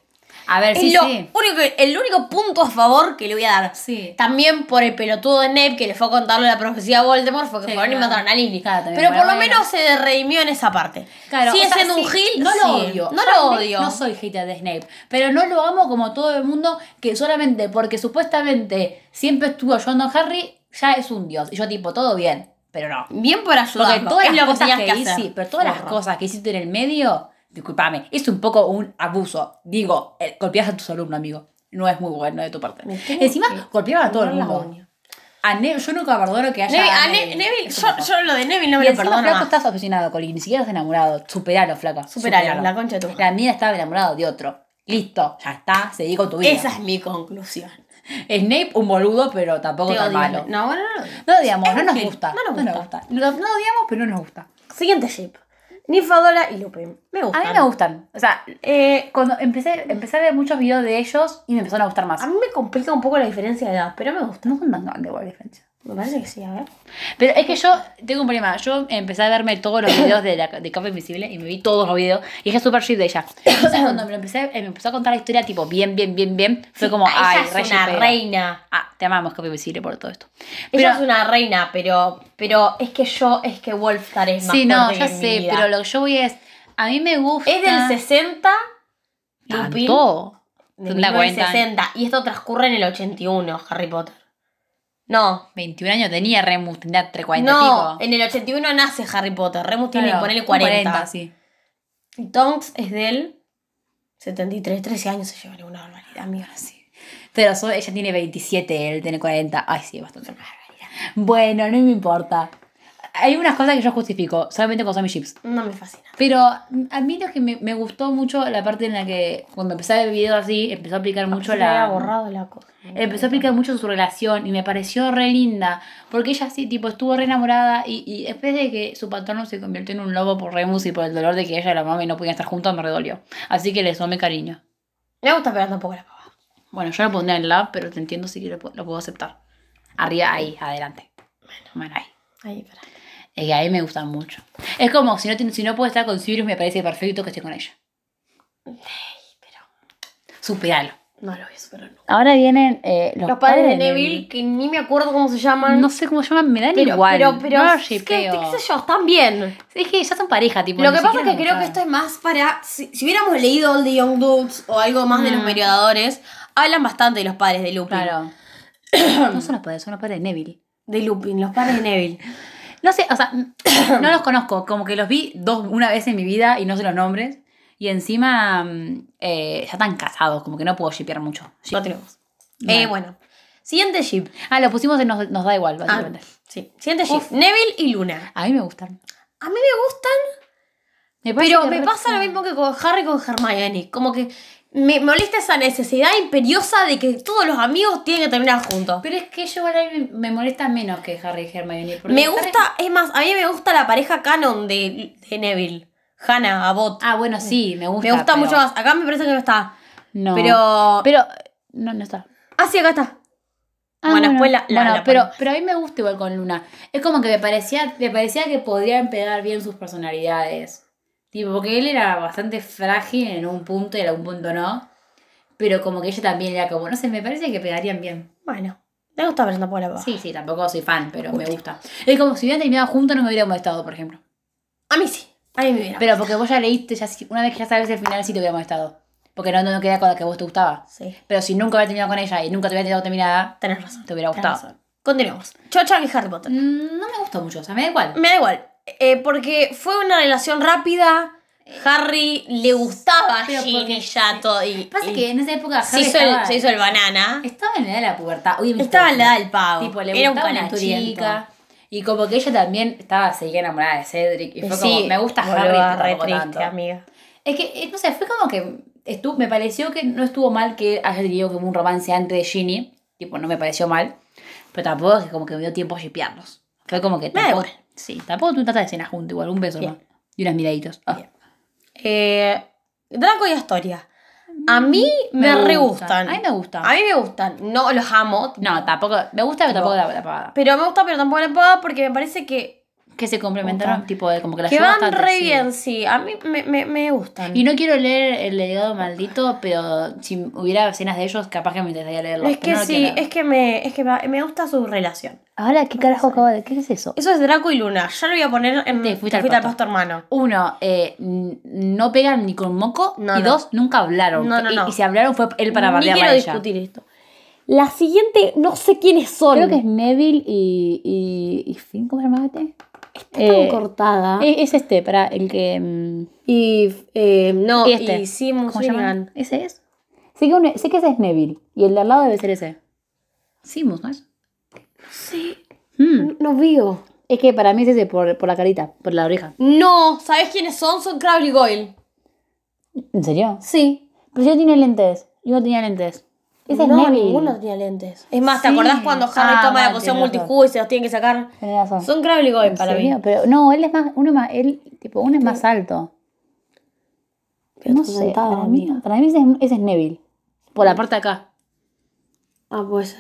[SPEAKER 2] A ver,
[SPEAKER 1] Es
[SPEAKER 2] Eh, sí,
[SPEAKER 1] lo
[SPEAKER 2] sí.
[SPEAKER 1] único, el único punto a favor que le voy a dar.
[SPEAKER 2] Sí.
[SPEAKER 1] También por el pelotudo de Neb que le fue a contarle la profecía a Voldemort porque
[SPEAKER 2] Sí,
[SPEAKER 1] fueron y
[SPEAKER 2] claro.
[SPEAKER 1] mataron a Lily.
[SPEAKER 2] Claro, también
[SPEAKER 1] Pero
[SPEAKER 2] fue
[SPEAKER 1] por lo
[SPEAKER 2] bueno.
[SPEAKER 1] menos se redimió en esa parte.
[SPEAKER 2] Claro,
[SPEAKER 1] Sigue
[SPEAKER 2] o sea,
[SPEAKER 1] siendo un
[SPEAKER 2] sí,
[SPEAKER 1] Gil,
[SPEAKER 2] no lo
[SPEAKER 1] sí.
[SPEAKER 2] odio.
[SPEAKER 1] No
[SPEAKER 2] Yo
[SPEAKER 1] lo odio.
[SPEAKER 2] No soy hater de Snape, pero no lo amo como todo el mundo que solamente porque supuestamente siempre estuvo ayudando a Harry, ya es un dios. Y yo tipo, todo bien, pero no.
[SPEAKER 1] Bien por
[SPEAKER 2] Porque
[SPEAKER 1] ayudarlo.
[SPEAKER 2] todas
[SPEAKER 1] es
[SPEAKER 2] las
[SPEAKER 1] lo que
[SPEAKER 2] cosas
[SPEAKER 1] tenías
[SPEAKER 2] que,
[SPEAKER 1] que hacer.
[SPEAKER 2] hice, pero todas las
[SPEAKER 1] Forra.
[SPEAKER 2] cosas que hiciste en el medio, discúlpame, es un poco un abuso. Digo, eh, golpeás a tus alumnos, amigo. No es muy bueno de tu parte.
[SPEAKER 1] Me tengo
[SPEAKER 2] Encima,
[SPEAKER 1] que
[SPEAKER 2] golpeaban a todo el
[SPEAKER 1] poner la
[SPEAKER 2] mundo.
[SPEAKER 1] uña.
[SPEAKER 2] A Ne- yo nunca perdono que haya.
[SPEAKER 1] Neville, a Ne-
[SPEAKER 2] Neville.
[SPEAKER 1] Neville,
[SPEAKER 2] Es
[SPEAKER 1] yo,
[SPEAKER 2] un poco.
[SPEAKER 1] yo lo de Neville no me
[SPEAKER 2] y
[SPEAKER 1] lo
[SPEAKER 2] encima,
[SPEAKER 1] perdono.
[SPEAKER 2] flaco,
[SPEAKER 1] más.
[SPEAKER 2] estás obsesionado, Coli. Ni siquiera estás enamorado. Superalo, flaca.
[SPEAKER 1] Superalo, la concha de tu madre.
[SPEAKER 2] La mía estaba enamorada de otro. Listo, ya está, seguí con tu vida.
[SPEAKER 1] Esa es mi conclusión.
[SPEAKER 2] Snape, un boludo, pero tampoco
[SPEAKER 1] Te
[SPEAKER 2] tan
[SPEAKER 1] odio.
[SPEAKER 2] malo.
[SPEAKER 1] No, bueno, no lo odio.
[SPEAKER 2] No digamos,
[SPEAKER 1] Es
[SPEAKER 2] no
[SPEAKER 1] un
[SPEAKER 2] nos
[SPEAKER 1] gil.
[SPEAKER 2] gusta.
[SPEAKER 1] No nos gusta.
[SPEAKER 2] Lo, no odiamos, pero no nos gusta.
[SPEAKER 1] Siguiente ship. Nifadora y Lupin. Me
[SPEAKER 2] A
[SPEAKER 1] gustan.
[SPEAKER 2] mí me gustan. O sea, eh, cuando empecé, empecé a ver muchos videos de ellos y me empezaron a gustar más.
[SPEAKER 1] A mí me complica un poco la diferencia de edad, pero me gusta.
[SPEAKER 2] No son tan grandes igual la diferencia.
[SPEAKER 1] Me parece que sí, a ver.
[SPEAKER 2] Pero es que yo tengo un problema. Yo empecé a verme todos los videos de, la, de Capa Invisible y me vi todos los videos y dije super ship de ella. Entonces cuando me, lo empecé, eh, me empezó a contar la historia tipo bien, bien, bien, bien, fue como,
[SPEAKER 1] Sí, ella
[SPEAKER 2] ay,
[SPEAKER 1] es
[SPEAKER 2] re
[SPEAKER 1] una
[SPEAKER 2] shippera".
[SPEAKER 1] reina.
[SPEAKER 2] Ah, te amamos Capa Invisible por todo esto.
[SPEAKER 1] Ella es
[SPEAKER 2] Pero-
[SPEAKER 1] una reina, pero, pero es que yo, es que Wolfstar es más
[SPEAKER 2] Sí, no,
[SPEAKER 1] fuerte
[SPEAKER 2] ya
[SPEAKER 1] que mi
[SPEAKER 2] sé,
[SPEAKER 1] vida.
[SPEAKER 2] pero Ah. lo que yo voy es, a mí me gusta...
[SPEAKER 1] Es del 60, Lupin,
[SPEAKER 2] ¿Tanto?
[SPEAKER 1] de
[SPEAKER 2] Tendrá 40 años.
[SPEAKER 1] 1960, y esto transcurre en el 81, Harry Potter. No,
[SPEAKER 2] 21 años tenía Remus, tenía entre 40 y
[SPEAKER 1] no,
[SPEAKER 2] pico.
[SPEAKER 1] en el 81 nace Harry Potter, Remus tiene,
[SPEAKER 2] Claro,
[SPEAKER 1] ponele
[SPEAKER 2] un
[SPEAKER 1] 40.
[SPEAKER 2] sí.
[SPEAKER 1] Y Tonks es del 73, 13 años se llevan una barbaridad, amiga.
[SPEAKER 2] Sí. Pero so- ella tiene 27, él tiene 40. Ay, sí, bastante Bueno, no me importa. Hay unas cosas que yo justifico, solamente con Sammy Chips.
[SPEAKER 1] No me fascina.
[SPEAKER 2] Pero a mí lo que me, me gustó mucho la parte en la que cuando empecé a ver videos así, empezó a aplicar mucho
[SPEAKER 1] Yo le había
[SPEAKER 2] la... Eh,
[SPEAKER 1] borrado la cosa.
[SPEAKER 2] Empezó a aplicar mucho su relación y me pareció re linda. Porque ella sí, tipo, estuvo re enamorada y, y después de que su patrono se convirtió en un lobo por Remus y por el dolor de que ella y la mamá y no podían estar juntos, me redolió. Así que le tomé cariño.
[SPEAKER 1] Me gusta, pero tampoco la pava.
[SPEAKER 2] Bueno, yo lo pondría en la, pero te entiendo si que lo, pu- lo puedo aceptar. Arriba, ahí, adelante. Bueno, ahí.
[SPEAKER 1] Ahí, pará.
[SPEAKER 2] Es que a mí me gustan mucho. Es como si no, te- si no puedo estar con Sirius, me parece perfecto que esté con ella. Superalo.
[SPEAKER 1] No lo voy a superar nunca.
[SPEAKER 2] Ahora vienen
[SPEAKER 1] Los, padres, de Neville, que ni me acuerdo cómo se llaman.
[SPEAKER 2] No sé cómo se llaman, me dan
[SPEAKER 1] pero,
[SPEAKER 2] igual.
[SPEAKER 1] Pero, pero,
[SPEAKER 2] no
[SPEAKER 1] es que,
[SPEAKER 2] shippeo.
[SPEAKER 1] qué sé yo, están bien.
[SPEAKER 2] Es que ya son pareja, tipo.
[SPEAKER 1] Lo
[SPEAKER 2] ni
[SPEAKER 1] que pasa es
[SPEAKER 2] siquiera
[SPEAKER 1] que
[SPEAKER 2] me
[SPEAKER 1] creo que esto
[SPEAKER 2] gustaron.
[SPEAKER 1] es más para. Si, si hubiéramos leído All the Young Dudes o algo más
[SPEAKER 2] Mm.
[SPEAKER 1] de los mediadores, hablan bastante de los padres de Lupin.
[SPEAKER 2] Claro. no son los padres, son los padres de Neville.
[SPEAKER 1] De Lupin, los padres de Neville.
[SPEAKER 2] No sé, o sea, no los conozco. Como que los vi dos, una vez en mi vida y no sé los nombres. Y encima mm, eh, ya están casados, como que no puedo shipear mucho.
[SPEAKER 1] No tenemos. Eh, bueno. Siguiente ship.
[SPEAKER 2] Ah, lo pusimos en nos, nos da igual,
[SPEAKER 1] Ah,
[SPEAKER 2] básicamente.
[SPEAKER 1] sí. Siguiente ship. Neville y Luna.
[SPEAKER 2] A mí me gustan.
[SPEAKER 1] A mí me gustan,
[SPEAKER 2] Me parece
[SPEAKER 1] pero
[SPEAKER 2] que
[SPEAKER 1] me
[SPEAKER 2] re-
[SPEAKER 1] pasa lo mismo que con Harry y con Hermione. Como que me molesta esa necesidad imperiosa de que todos los amigos tienen que terminar juntos.
[SPEAKER 2] Pero es que yo ahora me, me molesta menos que Harry y Hermione. porque
[SPEAKER 1] Me
[SPEAKER 2] Harry-
[SPEAKER 1] gusta, es más, a mí me gusta la pareja canon de, de Neville. Hannah, Abbott.
[SPEAKER 2] Ah, bueno, sí, me gusta.
[SPEAKER 1] me gusta
[SPEAKER 2] pero-
[SPEAKER 1] mucho más. Acá me parece que no está.
[SPEAKER 2] No.
[SPEAKER 1] Pero.
[SPEAKER 2] Pero. No, no está.
[SPEAKER 1] Ah, sí, acá está.
[SPEAKER 2] Ah,
[SPEAKER 1] Bueno, después la- la-
[SPEAKER 2] Bueno,
[SPEAKER 1] la
[SPEAKER 2] pero,
[SPEAKER 1] ponemos.
[SPEAKER 2] pero a mí me gusta igual con Luna. Es como que me parecía, me parecía que podrían pegar bien sus personalidades. Tipo, porque él era bastante frágil en un punto y en algún punto no. Pero como que ella también era como, no sé, me parece que pegarían bien.
[SPEAKER 1] Bueno. Me gusta pero tampoco la pava.
[SPEAKER 2] Sí, sí, tampoco soy fan, pero me gusta. Es como si hubieran terminado juntos no me hubiera molestado, por ejemplo.
[SPEAKER 1] A mí sí. A mí me hubiera.
[SPEAKER 2] Pero porque vos ya leíste, ya, si- una vez que ya sabes el final sí te hubiera molestado. Porque no, no queda con la que vos te gustaba.
[SPEAKER 1] Sí.
[SPEAKER 2] Pero si nunca hubiera terminado con ella y nunca te hubiera terminado terminada,
[SPEAKER 1] Tenés razón.
[SPEAKER 2] te hubiera
[SPEAKER 1] tenés
[SPEAKER 2] gustado.
[SPEAKER 1] razón. Continuemos. Chocha y Harry Potter.
[SPEAKER 2] Mm, No me gustó mucho, o sea, me da igual.
[SPEAKER 1] Me da igual. eh, porque fue una relación rápida. Harry le gustaba
[SPEAKER 2] Pero
[SPEAKER 1] Ginny
[SPEAKER 2] porque-
[SPEAKER 1] ya todo. Y,
[SPEAKER 2] Pasa
[SPEAKER 1] y
[SPEAKER 2] que en esa época
[SPEAKER 1] se
[SPEAKER 2] Harry
[SPEAKER 1] hizo,
[SPEAKER 2] estaba,
[SPEAKER 1] el, se hizo el banana.
[SPEAKER 2] estaba en la edad de la pubertad. Uy, me
[SPEAKER 1] Estaba en la edad
[SPEAKER 2] equivoqué.
[SPEAKER 1] del pavo.
[SPEAKER 2] Tipo, le
[SPEAKER 1] Era un
[SPEAKER 2] gustaba una
[SPEAKER 1] calenturiento.
[SPEAKER 2] chica. Y como que ella también estaba seguía enamorada de Cedric. Y fue como, me gusta Harry,
[SPEAKER 1] boluda,
[SPEAKER 2] pero
[SPEAKER 1] re
[SPEAKER 2] tampoco
[SPEAKER 1] triste,
[SPEAKER 2] tanto.
[SPEAKER 1] amiga.
[SPEAKER 2] Es que, eh, no sé, fue como que estu- me pareció que no estuvo mal que haya tenido como un romance antes de Ginny. Tipo, no me pareció mal. Pero tampoco es que como que me dio tiempo a shipearlos. Fue como que
[SPEAKER 1] Me da
[SPEAKER 2] tampoco.
[SPEAKER 1] igual.
[SPEAKER 2] Sí, tampoco tú tantas escenas juntos, igual, un beso
[SPEAKER 1] Bien.
[SPEAKER 2] más. Y unas miraditos. Ah.
[SPEAKER 1] Eh, Draco y Astoria. A mí me,
[SPEAKER 2] Mm, Me
[SPEAKER 1] re
[SPEAKER 2] gustan.
[SPEAKER 1] gustan.
[SPEAKER 2] A mí me gustan.
[SPEAKER 1] A mí me gustan. No los amo.
[SPEAKER 2] No, tampoco. Me gusta, pero tampoco la, la pavada.
[SPEAKER 1] Pero me gusta, pero tampoco la puedo porque me parece que
[SPEAKER 2] que se complementaron,
[SPEAKER 1] Puta.
[SPEAKER 2] tipo de como que las
[SPEAKER 1] Que
[SPEAKER 2] lleva
[SPEAKER 1] van
[SPEAKER 2] bastante,
[SPEAKER 1] re
[SPEAKER 2] sí.
[SPEAKER 1] bien, sí. A mí me, me, me gustan.
[SPEAKER 2] Y no quiero leer El legado maldito, pero si hubiera escenas de ellos, capaz que me interesaría leerlo.
[SPEAKER 1] es que sí, es que, me, es que me me gusta su relación.
[SPEAKER 2] Ahora, ¿qué carajo acabo de...? ¿Qué es eso?
[SPEAKER 1] Eso es Draco y Luna. Ya lo voy a poner en
[SPEAKER 2] Te fuiste al pasto.
[SPEAKER 1] hermano.
[SPEAKER 2] Uno, eh, n- no pegan ni con moco.
[SPEAKER 1] No,
[SPEAKER 2] y
[SPEAKER 1] no.
[SPEAKER 2] dos, nunca hablaron.
[SPEAKER 1] No, no,
[SPEAKER 2] Y-
[SPEAKER 1] no.
[SPEAKER 2] Y, si hablaron fue él para
[SPEAKER 1] Ni
[SPEAKER 2] bardearla
[SPEAKER 1] quiero
[SPEAKER 2] a ella.
[SPEAKER 1] discutir esto. La siguiente, no sé quiénes son.
[SPEAKER 3] Creo que es Neville y. y, y Finn, ¿cómo se llamaba este?
[SPEAKER 1] Está tan
[SPEAKER 3] eh,
[SPEAKER 1] cortada.
[SPEAKER 3] Es, es este, para el que. mm,
[SPEAKER 1] y eh, no,
[SPEAKER 3] y este.
[SPEAKER 1] y Simus
[SPEAKER 3] ¿Cómo se llama?
[SPEAKER 1] Regan.
[SPEAKER 3] ¿Ese es? Sé que, uno- sé que ese es Neville. Y el de al lado debe ser ese. Simus, ¿no es?
[SPEAKER 1] Sí,
[SPEAKER 3] Mm,
[SPEAKER 2] Hmm.
[SPEAKER 1] no, no veo.
[SPEAKER 3] Es que para mí es ese por, por la carita, por la oreja.
[SPEAKER 1] No, ¿sabes quiénes son? Son Crabbe y Goyle.
[SPEAKER 3] ¿En serio?
[SPEAKER 1] Sí.
[SPEAKER 3] Pero yo tenía lentes. Yo no tenía lentes. Ese
[SPEAKER 1] no,
[SPEAKER 3] es Neville.
[SPEAKER 1] ninguno tenía lentes. Es más, ¿te
[SPEAKER 3] Sí.
[SPEAKER 1] acordás cuando Harry
[SPEAKER 3] Ah,
[SPEAKER 1] toma la
[SPEAKER 3] vale,
[SPEAKER 1] poción
[SPEAKER 3] tenés
[SPEAKER 1] multijugo y se los tiene que sacar?
[SPEAKER 3] Tenés razón.
[SPEAKER 1] Son Crabbe y Goyle
[SPEAKER 3] ¿En
[SPEAKER 1] para mí.
[SPEAKER 3] serio? Pero no, él es más, uno más, él, tipo, uno es más alto.
[SPEAKER 1] Pero
[SPEAKER 3] no
[SPEAKER 1] está
[SPEAKER 3] sé,
[SPEAKER 1] sentado,
[SPEAKER 3] para mí,
[SPEAKER 1] amiga.
[SPEAKER 3] para mí ese, es, ese es Neville. Por la parte de acá.
[SPEAKER 1] Ah, pues.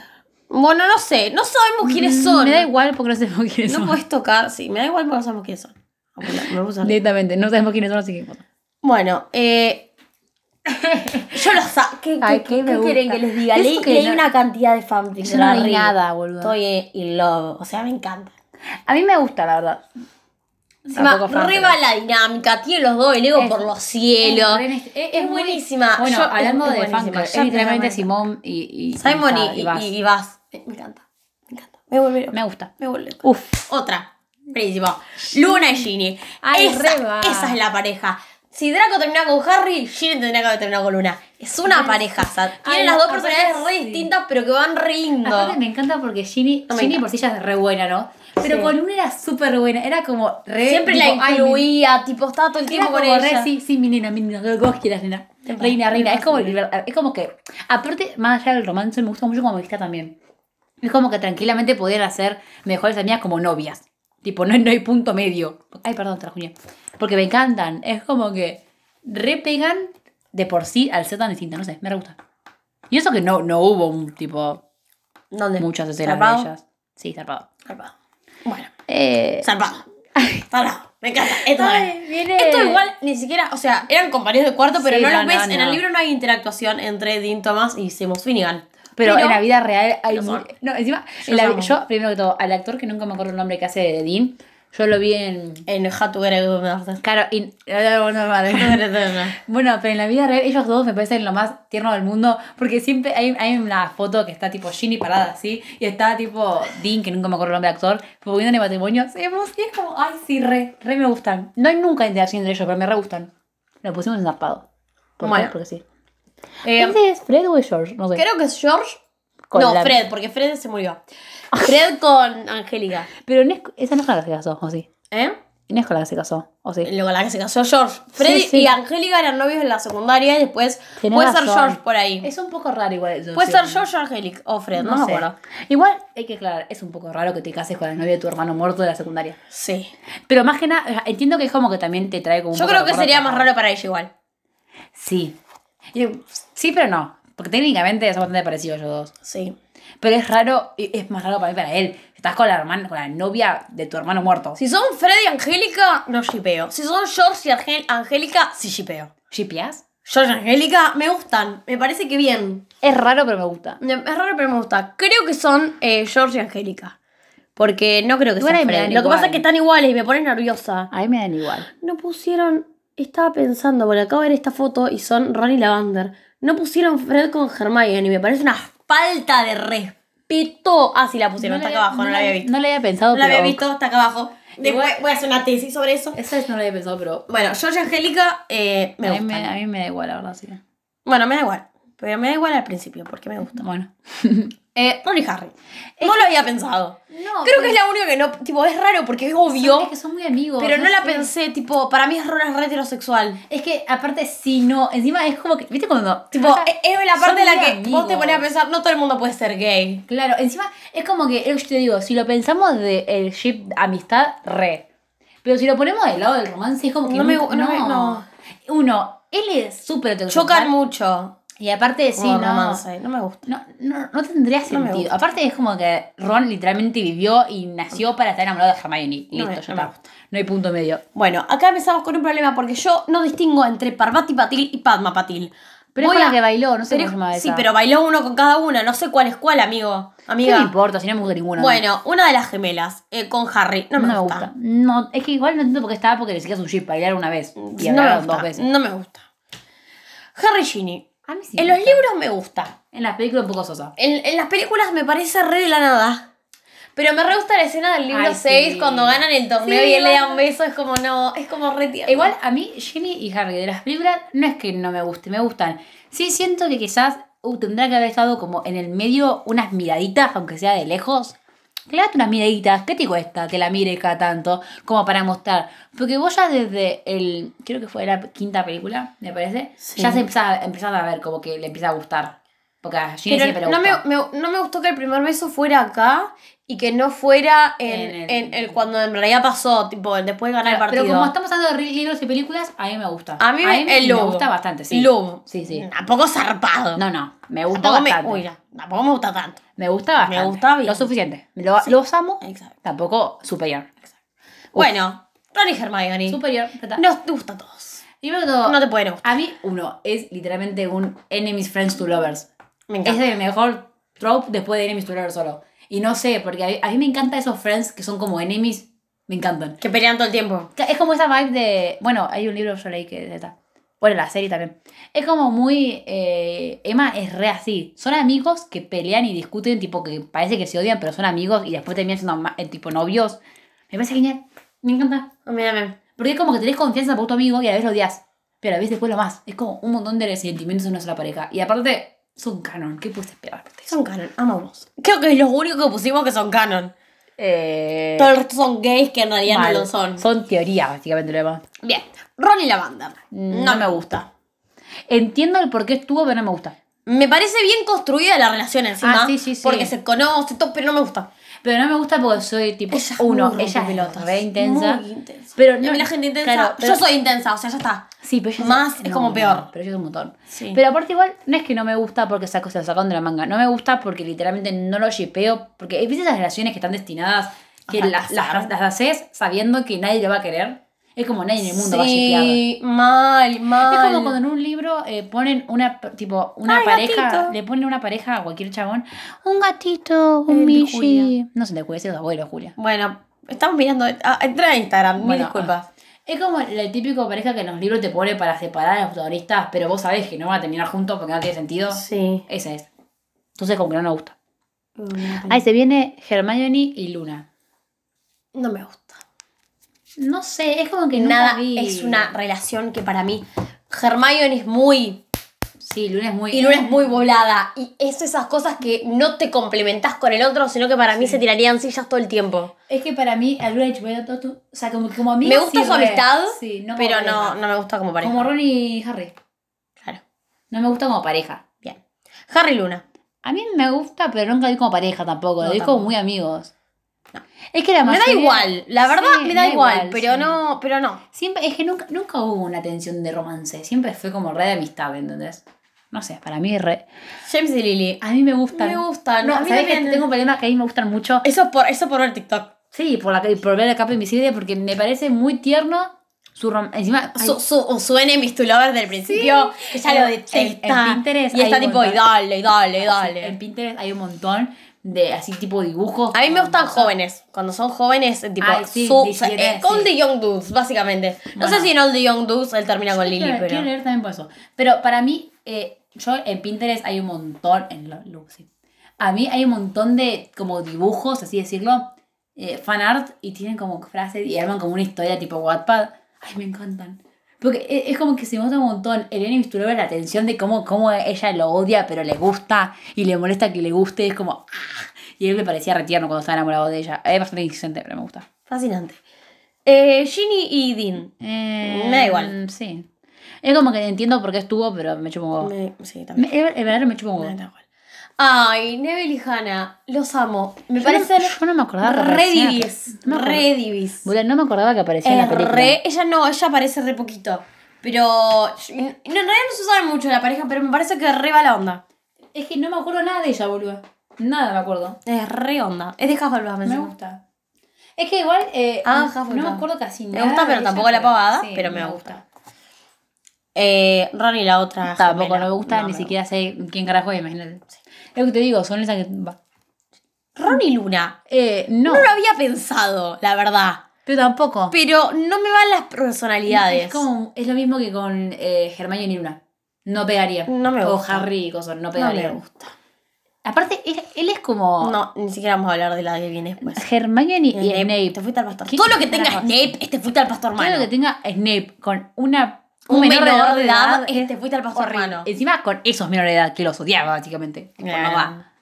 [SPEAKER 1] Mm, Bueno, no sé, no sabemos quiénes son.
[SPEAKER 2] Me da igual porque no sé por quiénes
[SPEAKER 1] No
[SPEAKER 2] son.
[SPEAKER 1] puedes tocar, sí, me da igual porque no sabemos quiénes son. Ah, bueno, me puse a reír.
[SPEAKER 2] Directamente, no sabemos quiénes son, así que... bueno.
[SPEAKER 1] Bueno, eh. Yo lo sé. ¿Qué,
[SPEAKER 3] Ay,
[SPEAKER 1] qué-
[SPEAKER 3] qué me
[SPEAKER 1] qué quieren
[SPEAKER 3] gusta.
[SPEAKER 1] que les diga?
[SPEAKER 3] Eso
[SPEAKER 1] Leí,
[SPEAKER 3] que
[SPEAKER 1] leí
[SPEAKER 3] no-
[SPEAKER 1] una cantidad de fanfics.
[SPEAKER 3] Yo no
[SPEAKER 1] Larry.
[SPEAKER 3] leí nada, boludo.
[SPEAKER 1] Estoy in love. O sea, me encanta.
[SPEAKER 3] A mí me gusta, la verdad.
[SPEAKER 1] Encima,
[SPEAKER 2] Tampoco fan,
[SPEAKER 1] re
[SPEAKER 2] pero-
[SPEAKER 1] va la dinámica. Tiene los dos el ego
[SPEAKER 2] Es-
[SPEAKER 1] por los cielos.
[SPEAKER 2] Es, es- es
[SPEAKER 1] Es buenísima.
[SPEAKER 2] Bueno,
[SPEAKER 1] Yo-
[SPEAKER 2] hablando
[SPEAKER 1] es
[SPEAKER 2] de
[SPEAKER 1] buenísima.
[SPEAKER 2] fangirl,
[SPEAKER 1] Ya
[SPEAKER 2] es
[SPEAKER 1] te la
[SPEAKER 2] literalmente
[SPEAKER 1] mandé.
[SPEAKER 2] Simón y, y...
[SPEAKER 1] Simon
[SPEAKER 2] y,
[SPEAKER 1] y,
[SPEAKER 2] Baz.
[SPEAKER 1] y, y Baz. Eh, Me encanta. Me encanta. Me vuelve loca.
[SPEAKER 2] Me gusta.
[SPEAKER 1] Me vuelve loca.
[SPEAKER 2] Uf.
[SPEAKER 1] Otra. Buenísima. Luna y Ginny.
[SPEAKER 2] Ay, re
[SPEAKER 1] esa,
[SPEAKER 2] va.
[SPEAKER 1] esa es la pareja. Si Draco termina con Harry, Ginny tendría que haber terminado con Luna. Es una pareja. o sea, tienen
[SPEAKER 2] Ay,
[SPEAKER 1] las dos
[SPEAKER 2] aparte
[SPEAKER 1] personalidades re
[SPEAKER 2] sí.
[SPEAKER 1] distintas, pero que van re lindo.
[SPEAKER 2] Aparte me encanta porque Ginny,
[SPEAKER 1] No me
[SPEAKER 2] Ginny
[SPEAKER 1] encanta.
[SPEAKER 2] por sí ya es re buena, ¿no? Pero
[SPEAKER 1] Sí.
[SPEAKER 2] con Luna era súper buena, era como re...
[SPEAKER 1] Siempre
[SPEAKER 2] tipo,
[SPEAKER 1] la
[SPEAKER 2] ay,
[SPEAKER 1] incluía, tipo, estaba todo el
[SPEAKER 2] Era
[SPEAKER 1] tiempo
[SPEAKER 2] como
[SPEAKER 1] con
[SPEAKER 2] re,
[SPEAKER 1] ella.
[SPEAKER 2] sí, sí, mi nena, mi nena, lo que vos quieras, nena. Reina, reina. Es como, liber- es como que, aparte, más allá del romance, me gusta mucho como amistad también. Es como que tranquilamente podían hacer mejores amigas como novias. Tipo, no, no hay punto medio. Ay, perdón, Julia Porque me encantan. Es como que repegan de por sí al ser tan distinta. No sé, me re gusta. Y eso que no, no hubo un tipo
[SPEAKER 1] ¿Dónde?
[SPEAKER 2] muchas escenas
[SPEAKER 1] ¿Zarpado?
[SPEAKER 2] de ellas. Sí, zarpado.
[SPEAKER 1] Zarpado. Bueno,
[SPEAKER 3] Eh,
[SPEAKER 1] zarpado. Zarpado. Me encanta. Esto,
[SPEAKER 3] Ay,
[SPEAKER 1] es-
[SPEAKER 3] viene-
[SPEAKER 1] esto igual ni siquiera, o sea, eran compañeros de cuarto, pero
[SPEAKER 2] Sí,
[SPEAKER 1] no
[SPEAKER 2] no,
[SPEAKER 1] los
[SPEAKER 2] no,
[SPEAKER 1] ves. En
[SPEAKER 2] no.
[SPEAKER 1] el libro no hay interactuación entre Dean Thomas y Seamus Finnegan.
[SPEAKER 2] Pero, en la vida real hay
[SPEAKER 1] Los
[SPEAKER 2] mu-
[SPEAKER 1] amo.
[SPEAKER 2] No, encima,
[SPEAKER 1] Yo
[SPEAKER 2] en la
[SPEAKER 1] los
[SPEAKER 2] vi-
[SPEAKER 1] amo.
[SPEAKER 2] yo, primero que todo, al actor que nunca me acuerdo el nombre que hace de Dean, yo lo vi en.
[SPEAKER 1] En How to Get Away with Murder.
[SPEAKER 2] Claro, y- Bueno, pero en la vida real, ellos dos me parecen lo más tierno del mundo, porque siempre hay, hay una foto que está tipo Ginny parada así, y está tipo Dean, que nunca me acuerdo el nombre del actor, poniendo en matrimonio, hacemos, y es como, ay, sí, re, re me gustan. No hay nunca interacción entre ellos, pero me re gustan. Lo pusimos en zarpado. ¿Por qué?
[SPEAKER 1] Bueno.
[SPEAKER 2] Porque sí.
[SPEAKER 1] Eh,
[SPEAKER 3] ¿Ese es Fred o es George? No sé.
[SPEAKER 1] creo que es George.
[SPEAKER 3] Con
[SPEAKER 1] no,
[SPEAKER 3] la-
[SPEAKER 1] Fred, porque Fred se murió. Fred con Angélica.
[SPEAKER 3] Pero no es, esa no es con la que se casó, ¿o sí?
[SPEAKER 1] ¿Eh?
[SPEAKER 3] No es con la que se casó, ¿o sí?
[SPEAKER 1] Luego la que se casó George. Fred
[SPEAKER 3] Sí, sí.
[SPEAKER 1] y Angélica eran novios en la secundaria y después
[SPEAKER 3] Tenés
[SPEAKER 1] puede ser
[SPEAKER 3] razón.
[SPEAKER 1] George por ahí.
[SPEAKER 2] Es un poco raro igual. eso,
[SPEAKER 1] Puede
[SPEAKER 2] sí.
[SPEAKER 1] ser George o Angélica o Fred, no,
[SPEAKER 2] No,
[SPEAKER 1] me
[SPEAKER 2] sé.
[SPEAKER 1] acuerdo.
[SPEAKER 2] Igual hay que aclarar, es un poco raro que te cases con la novia de tu hermano muerto de la secundaria.
[SPEAKER 1] Sí.
[SPEAKER 2] Pero más que nada, o sea, entiendo que es como que también te trae como un
[SPEAKER 1] Yo
[SPEAKER 2] poco
[SPEAKER 1] creo
[SPEAKER 2] de
[SPEAKER 1] que
[SPEAKER 2] recuerdo
[SPEAKER 1] sería más
[SPEAKER 2] pasado.
[SPEAKER 1] raro para ella igual.
[SPEAKER 2] Sí. Y- Sí, pero no. Porque técnicamente son bastante parecidos ellos dos.
[SPEAKER 1] Sí.
[SPEAKER 2] Pero es raro, y es más raro para mí para él. Estás con la hermana, con la novia de tu hermano muerto.
[SPEAKER 1] Si son Fred y Angélica, no shipeo. Si son George y Argel- Angélica, sí shipeo.
[SPEAKER 2] ¿Shipeás?
[SPEAKER 1] George y Angélica me gustan. Me parece que bien.
[SPEAKER 3] Es raro, pero me gusta.
[SPEAKER 1] Me- Es raro, pero me gusta. Creo que son eh, George y Angélica. Porque no creo que
[SPEAKER 2] Igual
[SPEAKER 1] sean
[SPEAKER 2] ahí me
[SPEAKER 1] Fred.
[SPEAKER 2] dan
[SPEAKER 1] Lo que
[SPEAKER 2] igual.
[SPEAKER 1] pasa es que están iguales y me ponen nerviosa.
[SPEAKER 3] A mí me dan igual.
[SPEAKER 1] No pusieron. Estaba pensando, porque acabo de ver esta foto y son Ron y Lavander. No pusieron Fred con Hermione y me parece una falta de respeto. Ah, sí la pusieron,
[SPEAKER 2] la
[SPEAKER 1] está acá
[SPEAKER 2] había-
[SPEAKER 1] abajo, no la había visto.
[SPEAKER 3] No le había pensado,
[SPEAKER 1] No la había
[SPEAKER 3] pero-
[SPEAKER 1] visto, está acá abajo. Después
[SPEAKER 2] Igual-
[SPEAKER 1] voy a hacer una tesis sobre eso.
[SPEAKER 2] Esa es no la había pensado, pero.
[SPEAKER 1] Bueno, George y Angélica eh, me
[SPEAKER 2] a, mí
[SPEAKER 1] gustan.
[SPEAKER 2] me, a mí me da igual, la verdad, sí.
[SPEAKER 1] Bueno, me da igual. Pero me da igual al principio, porque me gusta.
[SPEAKER 2] Bueno.
[SPEAKER 1] Eh, Ron y Harry. No lo había pensado.
[SPEAKER 2] No,
[SPEAKER 1] Creo que es la única que no. Tipo, es raro porque es obvio.
[SPEAKER 2] que son muy amigos.
[SPEAKER 1] Pero no la
[SPEAKER 2] sé.
[SPEAKER 1] pensé, tipo, para mí es Ron es re heterosexual.
[SPEAKER 2] Es que aparte, si no, encima es como que, ¿viste cuando? e,
[SPEAKER 1] Tipo, es, es la parte en la
[SPEAKER 2] muy
[SPEAKER 1] que vos te
[SPEAKER 2] amigos.
[SPEAKER 1] pones a pensar, no todo el mundo puede ser gay.
[SPEAKER 2] Claro, encima es como que, yo te digo, si lo pensamos del el ship amistad, re. Pero si lo ponemos del lado del romance, es como que.
[SPEAKER 1] No me
[SPEAKER 2] nunca-
[SPEAKER 1] gu- no me- no.
[SPEAKER 2] Uno, él es súper heterosexual.
[SPEAKER 1] Chocan mucho.
[SPEAKER 2] Y aparte, sí,
[SPEAKER 1] Como
[SPEAKER 2] no.
[SPEAKER 1] romance. No me gusta.
[SPEAKER 2] No, no, no tendría
[SPEAKER 1] No me
[SPEAKER 2] sentido.
[SPEAKER 1] gusta.
[SPEAKER 2] Aparte es como que Ron literalmente vivió y nació para estar enamorado de Hermione. Listo,
[SPEAKER 1] me-
[SPEAKER 2] ya
[SPEAKER 1] no me
[SPEAKER 2] está. No hay punto medio.
[SPEAKER 1] Bueno, acá empezamos con un problema porque yo no distingo entre Parvati Patil y Padma Patil.
[SPEAKER 3] Pero
[SPEAKER 1] Voy
[SPEAKER 3] es con
[SPEAKER 1] a-
[SPEAKER 3] la que bailó, no sé
[SPEAKER 1] pero-
[SPEAKER 3] cómo se llama
[SPEAKER 1] sí,
[SPEAKER 3] esa.
[SPEAKER 1] pero bailó uno con cada una, no sé cuál es cuál, amigo.
[SPEAKER 2] ¿Qué me
[SPEAKER 1] Amiga.
[SPEAKER 2] importa si no me gusta ninguna?
[SPEAKER 1] bueno, una de las gemelas, eh, con Harry. No me gusta.
[SPEAKER 2] No, es que igual no entiendo por qué estaba porque le siquiera un jeep bailar una vez. Y
[SPEAKER 1] Mm. no me
[SPEAKER 2] hablaron
[SPEAKER 1] gusta.
[SPEAKER 2] dos veces.
[SPEAKER 1] No me gusta. Harry Ginny.
[SPEAKER 2] A mí sí.
[SPEAKER 1] En
[SPEAKER 2] me
[SPEAKER 1] los
[SPEAKER 2] gusta.
[SPEAKER 1] libros me gusta.
[SPEAKER 2] En las películas un poco sosa.
[SPEAKER 1] En, en las películas me parece re de la nada. Pero me re gusta la escena del libro
[SPEAKER 2] Ay,
[SPEAKER 1] 6
[SPEAKER 2] sí.
[SPEAKER 1] cuando ganan el torneo
[SPEAKER 2] Sí,
[SPEAKER 1] y él le da
[SPEAKER 2] bueno.
[SPEAKER 1] un beso. Es como no, es como re tierno.
[SPEAKER 2] Igual a mí, Ginny y Harry de las películas no es que no me gusten, me gustan. Sí siento que quizás uh, tendrá que haber estado como en el medio unas miraditas, aunque sea de lejos. Clavate unas miraditas, ¿qué te cuesta que la mire cada tanto? Como para mostrar. Porque vos ya desde el, creo que fue la quinta película, me parece,
[SPEAKER 1] Sí.
[SPEAKER 2] ya se empezaba, empezaba a ver como que le empieza a gustar. Porque a Ginny siempre
[SPEAKER 1] Pero
[SPEAKER 2] le
[SPEAKER 1] no me,
[SPEAKER 2] gustó.
[SPEAKER 1] me- no me gustó que el primer beso fuera acá y que no fuera en,
[SPEAKER 2] En el-
[SPEAKER 1] en, el cuando en realidad pasó, tipo, el después de ganar
[SPEAKER 2] Pero,
[SPEAKER 1] el partido.
[SPEAKER 2] como estamos hablando de libros y películas, a mí me gusta.
[SPEAKER 1] a mí,
[SPEAKER 2] me,
[SPEAKER 1] el
[SPEAKER 2] me
[SPEAKER 1] Lube.
[SPEAKER 2] gusta bastante, sí.
[SPEAKER 1] Lube.
[SPEAKER 2] Sí, sí.
[SPEAKER 1] Tampoco zarpado.
[SPEAKER 2] No, no, me gusta
[SPEAKER 1] tampoco, me,
[SPEAKER 2] bastante.
[SPEAKER 1] uy, no, tampoco me gusta tanto.
[SPEAKER 2] Me gusta bastante.
[SPEAKER 1] Me gusta bien.
[SPEAKER 2] Lo suficiente. Lo- Los amo.
[SPEAKER 1] Exacto.
[SPEAKER 2] Tampoco superior.
[SPEAKER 1] Bueno, Ron y Hermione.
[SPEAKER 2] Superior. ya está.
[SPEAKER 1] Nos gusta a todos.
[SPEAKER 2] Primero que todo,
[SPEAKER 1] No te pueden gustar.
[SPEAKER 2] a mí, uno, es literalmente un enemies, friends to lovers.
[SPEAKER 1] Me
[SPEAKER 2] Es
[SPEAKER 1] encanta.
[SPEAKER 2] el mejor trope después de enemies to lovers solo. Y no sé, porque a mí, a mí me encantan esos friends que son como enemies. Me encantan.
[SPEAKER 1] Que pelean todo el tiempo.
[SPEAKER 2] Es como esa vibe de... Bueno, hay un libro que yo leí que está. Bueno, la serie también. Es como muy... eh, Emma es re así. Son amigos que pelean y discuten, tipo que parece que se odian, pero son amigos y después terminan siendo ma- eh, tipo novios. Me parece genial. Me encanta.
[SPEAKER 1] Mírame.
[SPEAKER 2] Porque es como que tenés confianza por tu amigo y a la vez lo odias. Pero a la vez después lo más. Es como un montón de sentimientos en una sola pareja. Y aparte, son canon. ¿Qué puedes esperar?
[SPEAKER 1] Son canon, amamos. Creo que es lo único que pusimos que son canon.
[SPEAKER 2] Eh,
[SPEAKER 1] Todo el resto son gays que en realidad
[SPEAKER 2] mal.
[SPEAKER 1] no lo son.
[SPEAKER 2] Son teorías, básicamente, lo demás.
[SPEAKER 1] Bien, Ron y la banda.
[SPEAKER 2] Mm,
[SPEAKER 1] no
[SPEAKER 2] no
[SPEAKER 1] me gusta.
[SPEAKER 2] Entiendo el por qué estuvo, pero no me gusta.
[SPEAKER 1] Me parece bien construida la relación encima.
[SPEAKER 2] Ah, sí, sí, sí.
[SPEAKER 1] Porque se conoce, todo, pero no me gusta.
[SPEAKER 2] Pero no me gusta porque soy tipo
[SPEAKER 1] Ella es
[SPEAKER 2] uno,
[SPEAKER 1] muy
[SPEAKER 2] ella es
[SPEAKER 1] rompepelotas,
[SPEAKER 2] re intensa.
[SPEAKER 1] muy intensa.
[SPEAKER 2] Pero
[SPEAKER 1] A
[SPEAKER 2] no,
[SPEAKER 1] mí la gente intensa,
[SPEAKER 2] claro, pero-
[SPEAKER 1] yo soy intensa, o sea, ya está.
[SPEAKER 2] Sí, pero ella
[SPEAKER 1] Más es como peor.
[SPEAKER 2] Pero yo es un montón.
[SPEAKER 1] Sí.
[SPEAKER 2] Pero aparte igual, no es que no me gusta porque saco, se lo sacaron de la manga. No me gusta porque literalmente no lo shipeo. Porque viste esas relaciones que están destinadas, que
[SPEAKER 1] A
[SPEAKER 2] las,
[SPEAKER 1] fracasar.
[SPEAKER 2] las, las haces sabiendo que nadie lo va a querer. Es como nadie en el mundo va a shipear.
[SPEAKER 1] Sí, mal, mal.
[SPEAKER 2] Es como cuando en un libro eh, ponen una p- tipo una
[SPEAKER 1] Ay,
[SPEAKER 2] pareja,
[SPEAKER 1] gatito.
[SPEAKER 2] le ponen una pareja a cualquier chabón, un gatito, un
[SPEAKER 1] El de
[SPEAKER 2] Michi.
[SPEAKER 1] Julia.
[SPEAKER 2] No se te cuide, ese es tu abuelo, Julia.
[SPEAKER 1] Bueno, estamos mirando. ah, entra a Instagram, mil
[SPEAKER 2] Bueno,
[SPEAKER 1] disculpas.
[SPEAKER 2] Es como el típico pareja que en los libros te pone para separar a los protagonistas, pero vos sabés que no van a terminar juntos porque no tiene sentido.
[SPEAKER 1] Sí.
[SPEAKER 2] Esa es. Entonces como que no me gusta.
[SPEAKER 1] Ay,
[SPEAKER 2] Ahí se viene Hermione y Luna.
[SPEAKER 1] no me gusta.
[SPEAKER 2] No sé, es como que nunca
[SPEAKER 1] Nada,
[SPEAKER 2] vi-
[SPEAKER 1] es una relación que para mí. Hermione es muy.
[SPEAKER 2] Sí, Luna es muy...
[SPEAKER 1] Y Luna es muy volada. Y es esas cosas que no te complementás con el otro, sino que para mí se tirarían sillas todo el tiempo.
[SPEAKER 2] Es que para mí a Luna y Chupeta todo tu- O sea, como, como amiga
[SPEAKER 1] me gusta
[SPEAKER 2] sí,
[SPEAKER 1] su
[SPEAKER 2] re.
[SPEAKER 1] amistad,
[SPEAKER 2] Sí, no como
[SPEAKER 1] pero
[SPEAKER 2] pareja.
[SPEAKER 1] no, no me gusta como pareja.
[SPEAKER 2] Como Ron y Harry.
[SPEAKER 1] Claro.
[SPEAKER 2] No me gusta como pareja.
[SPEAKER 1] Bien. Harry Luna.
[SPEAKER 2] A mí me gusta, pero nunca vi como pareja tampoco.
[SPEAKER 1] No,
[SPEAKER 2] lo vi como
[SPEAKER 1] tampoco.
[SPEAKER 2] muy amigos. Es que la
[SPEAKER 1] Me da
[SPEAKER 2] mayoría-
[SPEAKER 1] igual, la verdad
[SPEAKER 2] Sí,
[SPEAKER 1] me da igual, pero
[SPEAKER 2] sí.
[SPEAKER 1] no, pero no.
[SPEAKER 2] Siempre, es que nunca, nunca hubo una tensión de romance. Siempre fue como re de amistad, ¿entendés? No sé, para mí es re...
[SPEAKER 1] James y Lily.
[SPEAKER 2] A mí me gustan.
[SPEAKER 1] Me gustan.
[SPEAKER 2] No,
[SPEAKER 1] A mí
[SPEAKER 2] ¿sabés que
[SPEAKER 1] también.
[SPEAKER 2] tengo un problema que a mí me gustan mucho?
[SPEAKER 1] Eso por, eso por ver TikTok.
[SPEAKER 2] Sí, por, la, por ver la capa invisible, porque me parece muy tierno su rom- Encima, ay,
[SPEAKER 1] Su, su, su enemies to lover del principio, que ya lo
[SPEAKER 2] En- en
[SPEAKER 1] detesta.
[SPEAKER 2] Pinterest
[SPEAKER 1] y está
[SPEAKER 2] hay un
[SPEAKER 1] tipo, y
[SPEAKER 2] montón.
[SPEAKER 1] dale, y dale, y dale.
[SPEAKER 2] en Pinterest hay un montón de así tipo dibujos.
[SPEAKER 1] A mí me
[SPEAKER 2] con-
[SPEAKER 1] gustan jóvenes. Cuando son jóvenes, eh, tipo,
[SPEAKER 2] Ay, sí,
[SPEAKER 1] su,
[SPEAKER 2] 17,
[SPEAKER 1] eh, con
[SPEAKER 2] sí.
[SPEAKER 1] The Young Dudes, básicamente. No
[SPEAKER 2] Bueno.
[SPEAKER 1] sé si en All The Young Dudes él termina
[SPEAKER 2] Yo
[SPEAKER 1] con
[SPEAKER 2] quiero-
[SPEAKER 1] Lily, pero.
[SPEAKER 2] Quiero leer también por eso. Pero para mí, eh, yo en Pinterest hay un montón, en lo- lo- sí. A mí hay un montón de como dibujos, así decirlo, eh, fan art, y tienen como frases y arman como una historia tipo Wattpad. Ay, me encantan. Porque e- es como que se nota un montón el Enemy to Lover, la tensión de cómo, cómo ella lo odia, pero le gusta y le molesta que le guste. Es como. ¡ah! Y él me parecía retierno cuando estaba enamorado de ella. Es bastante insistente, pero me gusta.
[SPEAKER 1] Fascinante. Eh, Ginny y Dean.
[SPEAKER 2] Eh,
[SPEAKER 1] Me da igual.
[SPEAKER 2] mm, Sí. Es como que entiendo por qué estuvo, pero me Ah, chupo un huevo.
[SPEAKER 1] Me- sí, también.
[SPEAKER 2] Me- El el verdadero me chupa un
[SPEAKER 1] Me
[SPEAKER 2] huevo.
[SPEAKER 1] da igual. Ay, Neville y Hannah, los amo. Me
[SPEAKER 2] Yo
[SPEAKER 1] parecen
[SPEAKER 2] no- yo no me acordaba que
[SPEAKER 1] re
[SPEAKER 2] aparecían.
[SPEAKER 1] divis.
[SPEAKER 2] No me acordaba.
[SPEAKER 1] Re divis.
[SPEAKER 2] Boluda, no me acordaba que aparecía en la
[SPEAKER 1] Es
[SPEAKER 2] película.
[SPEAKER 1] re- ella no, ella aparece re poquito. Pero yo- no, en realidad no se sabe mucho de la pareja, pero me parece que es re la onda.
[SPEAKER 4] Es que no me acuerdo nada de ella, boludo. Nada me acuerdo.
[SPEAKER 1] Es re onda. Es de Hufflepuff, me
[SPEAKER 4] Me gusta. Es que igual. eh,
[SPEAKER 1] Ah,
[SPEAKER 4] no
[SPEAKER 1] Hufflepuff.
[SPEAKER 4] me acuerdo casi
[SPEAKER 1] Me
[SPEAKER 4] nada.
[SPEAKER 1] gusta, pero
[SPEAKER 4] de
[SPEAKER 1] tampoco
[SPEAKER 4] ella,
[SPEAKER 1] la pavada, pero me gusta. Eh, Ron y la otra.
[SPEAKER 2] Ah, Tampoco no
[SPEAKER 1] gemela.
[SPEAKER 2] me gusta,
[SPEAKER 1] No,
[SPEAKER 2] ni
[SPEAKER 1] me
[SPEAKER 2] siquiera sé quién carajo es, imagínate. Es lo que te digo, son esas que. va.
[SPEAKER 1] gusta. Ron y Luna.
[SPEAKER 2] Eh, no,
[SPEAKER 1] No lo había pensado, la verdad.
[SPEAKER 2] pero tampoco.
[SPEAKER 1] Pero no me van las personalidades.
[SPEAKER 4] Es, como, es lo mismo que con eh, Hermione y Luna. No pegaría.
[SPEAKER 1] No me
[SPEAKER 4] O
[SPEAKER 1] gusta.
[SPEAKER 4] Harry y cosas, no
[SPEAKER 1] No
[SPEAKER 4] pegaría.
[SPEAKER 1] me gusta.
[SPEAKER 2] Aparte, es- él es como.
[SPEAKER 1] No, ni siquiera vamos a hablar de la que viene después.
[SPEAKER 2] Hermione y,
[SPEAKER 1] Y Snape.
[SPEAKER 2] Snape.
[SPEAKER 1] Te fuiste al pastor.
[SPEAKER 2] ¿Qué
[SPEAKER 1] Todo lo que tenga
[SPEAKER 2] carajos?
[SPEAKER 1] Snape es te fuiste al pastor
[SPEAKER 2] Todo
[SPEAKER 1] hermano.
[SPEAKER 2] lo que tenga Snape con una.
[SPEAKER 1] un menor, de edad,
[SPEAKER 2] es
[SPEAKER 1] es te fuiste al pastor
[SPEAKER 2] horrible.
[SPEAKER 1] hermano.
[SPEAKER 2] Encima con esos menores de edad que los odiaba, básicamente. Tipo,
[SPEAKER 1] Claro.
[SPEAKER 2] no va.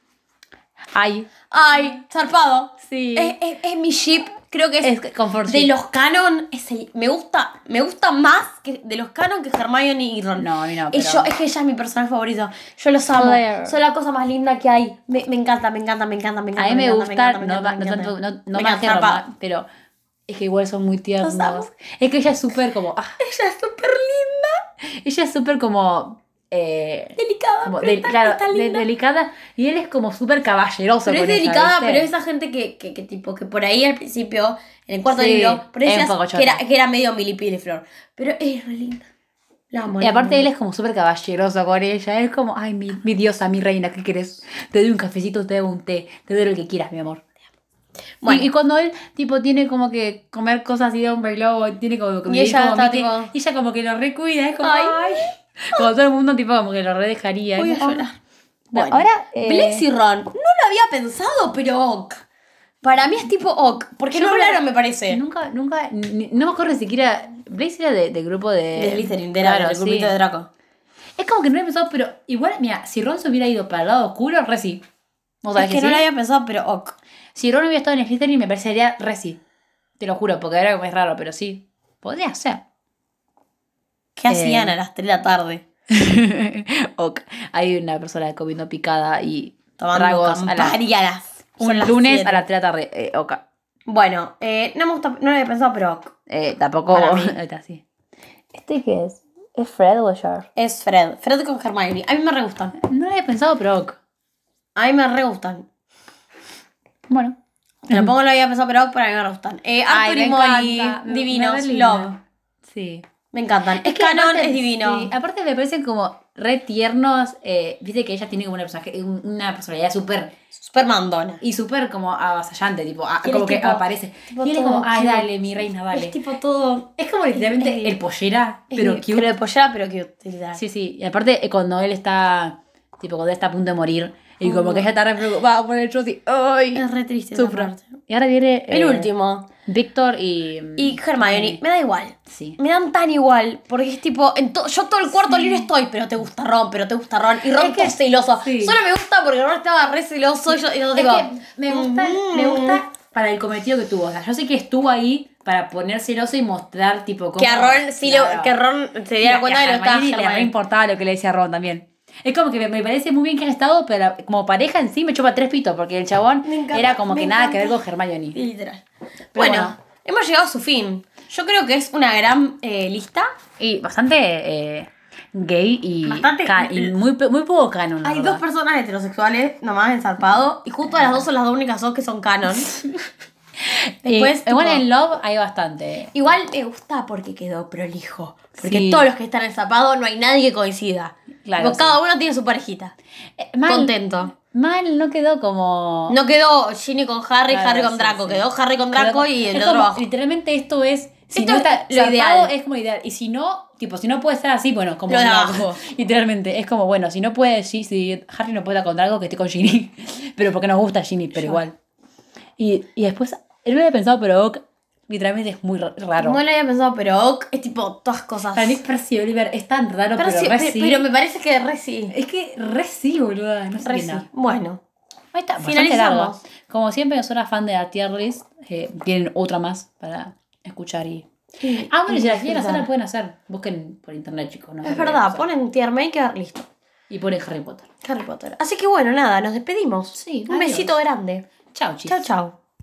[SPEAKER 2] Ay,
[SPEAKER 1] Ay, zarpado.
[SPEAKER 2] sí.
[SPEAKER 1] Es, es- es mi ship. Creo que es,
[SPEAKER 2] Es comfort
[SPEAKER 1] de
[SPEAKER 2] ship.
[SPEAKER 1] los canon. Es el, me gusta me gusta más que de los canon que Hermione y Ron.
[SPEAKER 2] No, a mí no,
[SPEAKER 1] Y
[SPEAKER 2] pero-
[SPEAKER 1] yo- es que ella es mi personaje favorito. Yo los amo.
[SPEAKER 2] Joder.
[SPEAKER 1] Son la cosa más linda que hay. Me, me encanta, me encanta, me encanta, me encanta.
[SPEAKER 2] A mí me
[SPEAKER 1] encanta,
[SPEAKER 2] gusta,
[SPEAKER 1] encanta, me
[SPEAKER 2] no,
[SPEAKER 1] encanta,
[SPEAKER 2] va-
[SPEAKER 1] me
[SPEAKER 2] no
[SPEAKER 1] encanta.
[SPEAKER 2] tanto, no, no
[SPEAKER 1] Me
[SPEAKER 2] más que
[SPEAKER 1] encanta, zarpado.
[SPEAKER 2] Roma, pero es que igual son muy tiernos.
[SPEAKER 1] amo.
[SPEAKER 2] Es que ella es súper como, ah,
[SPEAKER 1] Ella es súper linda,
[SPEAKER 2] ella es súper como, eh,
[SPEAKER 1] delicada.
[SPEAKER 2] como
[SPEAKER 1] pero
[SPEAKER 2] de-
[SPEAKER 1] está-
[SPEAKER 2] claro,
[SPEAKER 1] está
[SPEAKER 2] de-
[SPEAKER 1] linda.
[SPEAKER 2] delicada, y él es como súper caballeroso.
[SPEAKER 1] Pero es
[SPEAKER 2] con ella,
[SPEAKER 1] delicada,
[SPEAKER 2] ¿viste?
[SPEAKER 1] pero esa gente que, que, que tipo, que por ahí al principio, en el cuarto
[SPEAKER 2] Sí,
[SPEAKER 1] libro, por ahí
[SPEAKER 2] es un
[SPEAKER 1] decías
[SPEAKER 2] poco chota.
[SPEAKER 1] que era, que era medio milipili flor. Pero es re linda. La amo.
[SPEAKER 2] Y
[SPEAKER 1] la
[SPEAKER 2] aparte
[SPEAKER 1] amo.
[SPEAKER 2] él es como súper caballeroso con ella, es como, ay, mi, mi diosa, mi reina, ¿qué querés? Te doy un cafecito, te doy un té, te doy lo que quieras, mi amor.
[SPEAKER 1] Bueno.
[SPEAKER 2] Y, y cuando él, tipo, tiene como que comer cosas así de hombre lobo, tiene como que
[SPEAKER 1] Y
[SPEAKER 2] vivir
[SPEAKER 1] ella
[SPEAKER 2] como
[SPEAKER 1] está,
[SPEAKER 2] Mickey,
[SPEAKER 1] tipo-
[SPEAKER 2] y ella como que lo recuida, es como,
[SPEAKER 1] Ay.
[SPEAKER 2] ay. Como todo el mundo, tipo, como que lo redejaría.
[SPEAKER 1] Voy a
[SPEAKER 2] es como,
[SPEAKER 1] llorar.
[SPEAKER 2] Bueno,
[SPEAKER 1] Bueno,
[SPEAKER 2] ahora, eh,
[SPEAKER 1] Blaze y Ron, no lo había pensado, pero ok. Para mí es tipo ok, porque
[SPEAKER 2] Yo
[SPEAKER 1] no
[SPEAKER 2] creo-
[SPEAKER 1] hablaron, me parece.
[SPEAKER 2] Nunca, nunca, ni- no me acuerdo ni siquiera. Blaze era de- del grupo de.
[SPEAKER 1] De Slytherin, de la-
[SPEAKER 2] Eh, Claro,
[SPEAKER 1] del
[SPEAKER 2] sí.
[SPEAKER 1] grupito de Draco.
[SPEAKER 2] Es como que no he pensado, pero igual, mira, si Ron se hubiera ido para el lado oscuro, re sí. O sea,
[SPEAKER 1] Es
[SPEAKER 2] que
[SPEAKER 1] que
[SPEAKER 2] sí.
[SPEAKER 1] no lo había pensado, pero ok.
[SPEAKER 2] Si Ron hubiera estado en Slytherin, me parecería re sí. Te lo juro, porque ahora como es raro, pero sí. Podría ser.
[SPEAKER 1] ¿Qué
[SPEAKER 2] Eh.
[SPEAKER 1] hacían a las 3 de la tarde?
[SPEAKER 2] ok. Hay una persona comiendo picada y
[SPEAKER 1] Tomando
[SPEAKER 2] tragos a la-
[SPEAKER 1] Campari a las. son
[SPEAKER 2] un
[SPEAKER 1] las
[SPEAKER 2] lunes
[SPEAKER 1] siete.
[SPEAKER 2] a las 3 de la tarde. Eh, ok.
[SPEAKER 1] Bueno, eh, no me gusta, no lo había pensado, pero ok.
[SPEAKER 2] Eh, tampoco.
[SPEAKER 1] Para mí.
[SPEAKER 2] Ahí está, sí.
[SPEAKER 5] ¿Este qué es? ¿Es Fred o George?
[SPEAKER 1] Es Fred. Fred con Hermione. A mí me re gustan.
[SPEAKER 2] No lo había pensado, pero ok.
[SPEAKER 1] A mí me re gustan.
[SPEAKER 2] Bueno. Mm.
[SPEAKER 1] Tampoco lo había pensado, pero para mí me re gustan. Eh, Arthur y Molly, divinos, love.
[SPEAKER 2] Sí.
[SPEAKER 1] Me encantan. Es,
[SPEAKER 2] que
[SPEAKER 1] canon,
[SPEAKER 2] aparte-
[SPEAKER 1] es divino.
[SPEAKER 2] sí, aparte me parecen como re tiernos. eh, Viste que ella tiene como una, personaje, un- una personalidad súper...
[SPEAKER 1] Super mandona.
[SPEAKER 2] Y súper como avasallante, tipo, a-
[SPEAKER 1] Y él
[SPEAKER 2] como
[SPEAKER 1] es
[SPEAKER 2] que
[SPEAKER 1] tipo-
[SPEAKER 2] aparece.
[SPEAKER 1] tipo
[SPEAKER 2] y él es
[SPEAKER 1] todo
[SPEAKER 2] como, ay,
[SPEAKER 1] cute".
[SPEAKER 2] dale, mi reina, dale.
[SPEAKER 1] Es tipo todo.
[SPEAKER 4] Es como literalmente
[SPEAKER 1] Es-
[SPEAKER 4] el pollera, pero
[SPEAKER 1] es-
[SPEAKER 4] cute.
[SPEAKER 1] Pero de pollera, pero cute. literal.
[SPEAKER 2] Sí, sí. Y aparte eh, cuando él está... Tipo, cuando él está a punto de morir. Y como que ella está re preocupada por el trozo y... ¡Ay!
[SPEAKER 1] Es re triste. esa
[SPEAKER 2] Sufro.
[SPEAKER 1] parte.
[SPEAKER 2] Y ahora viene...
[SPEAKER 1] El
[SPEAKER 2] eh,
[SPEAKER 1] último.
[SPEAKER 2] Víctor y...
[SPEAKER 1] Y Hermione. Me da igual.
[SPEAKER 2] Sí.
[SPEAKER 1] Me dan tan igual, porque es tipo, en to- yo todo el cuarto libro estoy, pero te gusta Ron, pero te gusta Ron, y Ron
[SPEAKER 2] Es que-
[SPEAKER 1] es celoso.
[SPEAKER 2] sí.
[SPEAKER 1] Solo me gusta porque Ron estaba re celoso, y yo, y yo
[SPEAKER 4] Es
[SPEAKER 1] digo,
[SPEAKER 4] que me gusta, me gusta para el cometido que tuvo. O sea, yo sé que estuvo ahí para poner celoso y mostrar, tipo, cómo.
[SPEAKER 1] Que a Ron, sí lo-
[SPEAKER 4] Claro.
[SPEAKER 1] que Ron se
[SPEAKER 2] Y a-
[SPEAKER 1] diera cuenta
[SPEAKER 2] y a
[SPEAKER 1] de lo estaba
[SPEAKER 2] Hermione le re
[SPEAKER 1] Hermione.
[SPEAKER 2] importaba lo que le decía Ron también. Es como que me, me parece muy bien que han estado, pero como pareja en sí me chupa tres pitos, porque el chabón
[SPEAKER 1] Me encanta,
[SPEAKER 2] era como
[SPEAKER 1] me
[SPEAKER 2] que nada que
[SPEAKER 1] encanta.
[SPEAKER 2] ver con Hermione.
[SPEAKER 1] Literal. Bueno,
[SPEAKER 2] bueno.
[SPEAKER 1] hemos llegado a su fin. Yo creo que es una gran eh, lista.
[SPEAKER 2] Y bastante eh, gay y,
[SPEAKER 1] Bastante-
[SPEAKER 2] ca- y muy, pe- muy poco canon. la
[SPEAKER 1] Hay
[SPEAKER 2] verdad.
[SPEAKER 1] dos personas heterosexuales nomás en Zarpado, y justo las dos son las dos únicas dos que son canon. Después,
[SPEAKER 2] Eh, igual
[SPEAKER 1] tipo-
[SPEAKER 2] en Love hay bastante.
[SPEAKER 1] Igual me gusta porque quedó prolijo. Porque
[SPEAKER 2] Sí.
[SPEAKER 1] todos los que están en Zapado no hay nadie que coincida.
[SPEAKER 2] Claro,
[SPEAKER 1] Tipo, Cada uno tiene su parejita.
[SPEAKER 2] Eh, mal-
[SPEAKER 1] Contento.
[SPEAKER 2] Mal no quedó como.
[SPEAKER 1] No quedó Ginny con Harry,
[SPEAKER 2] Claro,
[SPEAKER 1] Harry con
[SPEAKER 2] sí,
[SPEAKER 1] Draco.
[SPEAKER 2] sí.
[SPEAKER 1] Quedó Harry con
[SPEAKER 2] Quedó
[SPEAKER 1] Draco
[SPEAKER 2] como-
[SPEAKER 1] y el
[SPEAKER 2] es
[SPEAKER 1] otro
[SPEAKER 2] como,
[SPEAKER 1] abajo.
[SPEAKER 2] Literalmente esto es. Si
[SPEAKER 1] Esto
[SPEAKER 2] no
[SPEAKER 1] es
[SPEAKER 2] está
[SPEAKER 1] lo
[SPEAKER 2] zarpado,
[SPEAKER 1] ideal.
[SPEAKER 2] es como ideal. Y si no, tipo, si no puede estar así, bueno, como
[SPEAKER 1] Lo de
[SPEAKER 2] no,
[SPEAKER 1] abajo.
[SPEAKER 2] como- literalmente. Es como, bueno, si no puede, sí, si Harry no puede estar con Drago, que esté con Ginny. Pero porque nos gusta Ginny, pero igual. Y, y después, él lo había pensado, pero Oak, literalmente es muy ra- raro.
[SPEAKER 1] No lo había pensado, pero ok, es tipo todas cosas.
[SPEAKER 2] Para mí, Percy Oliver es tan raro, pero,
[SPEAKER 1] pero, sí,
[SPEAKER 2] re
[SPEAKER 1] pe-
[SPEAKER 2] sí.
[SPEAKER 1] pero me parece que re sí.
[SPEAKER 2] Es que re sí, boluda. No sé
[SPEAKER 1] Re
[SPEAKER 2] qué
[SPEAKER 1] sí.
[SPEAKER 2] nada.
[SPEAKER 1] Bueno.
[SPEAKER 2] Ahí está, bastante
[SPEAKER 1] Finalizamos.
[SPEAKER 2] largo. Como siempre, yo soy una fan de la tier list. eh, tienen otra más para escuchar y. Ah, bueno, y si la quieren hacer, la pueden hacer. Busquen por internet, chicos. no
[SPEAKER 1] Es
[SPEAKER 2] sé qué
[SPEAKER 1] verdad,
[SPEAKER 2] cosa.
[SPEAKER 1] ponen tier maker, listo.
[SPEAKER 2] Y ponen Harry Potter.
[SPEAKER 1] Harry Potter. Así que bueno, nada, nos despedimos.
[SPEAKER 2] Sí,
[SPEAKER 1] Un
[SPEAKER 2] adiós.
[SPEAKER 1] besito grande.
[SPEAKER 2] Chao, chicos.
[SPEAKER 1] Chao, chao.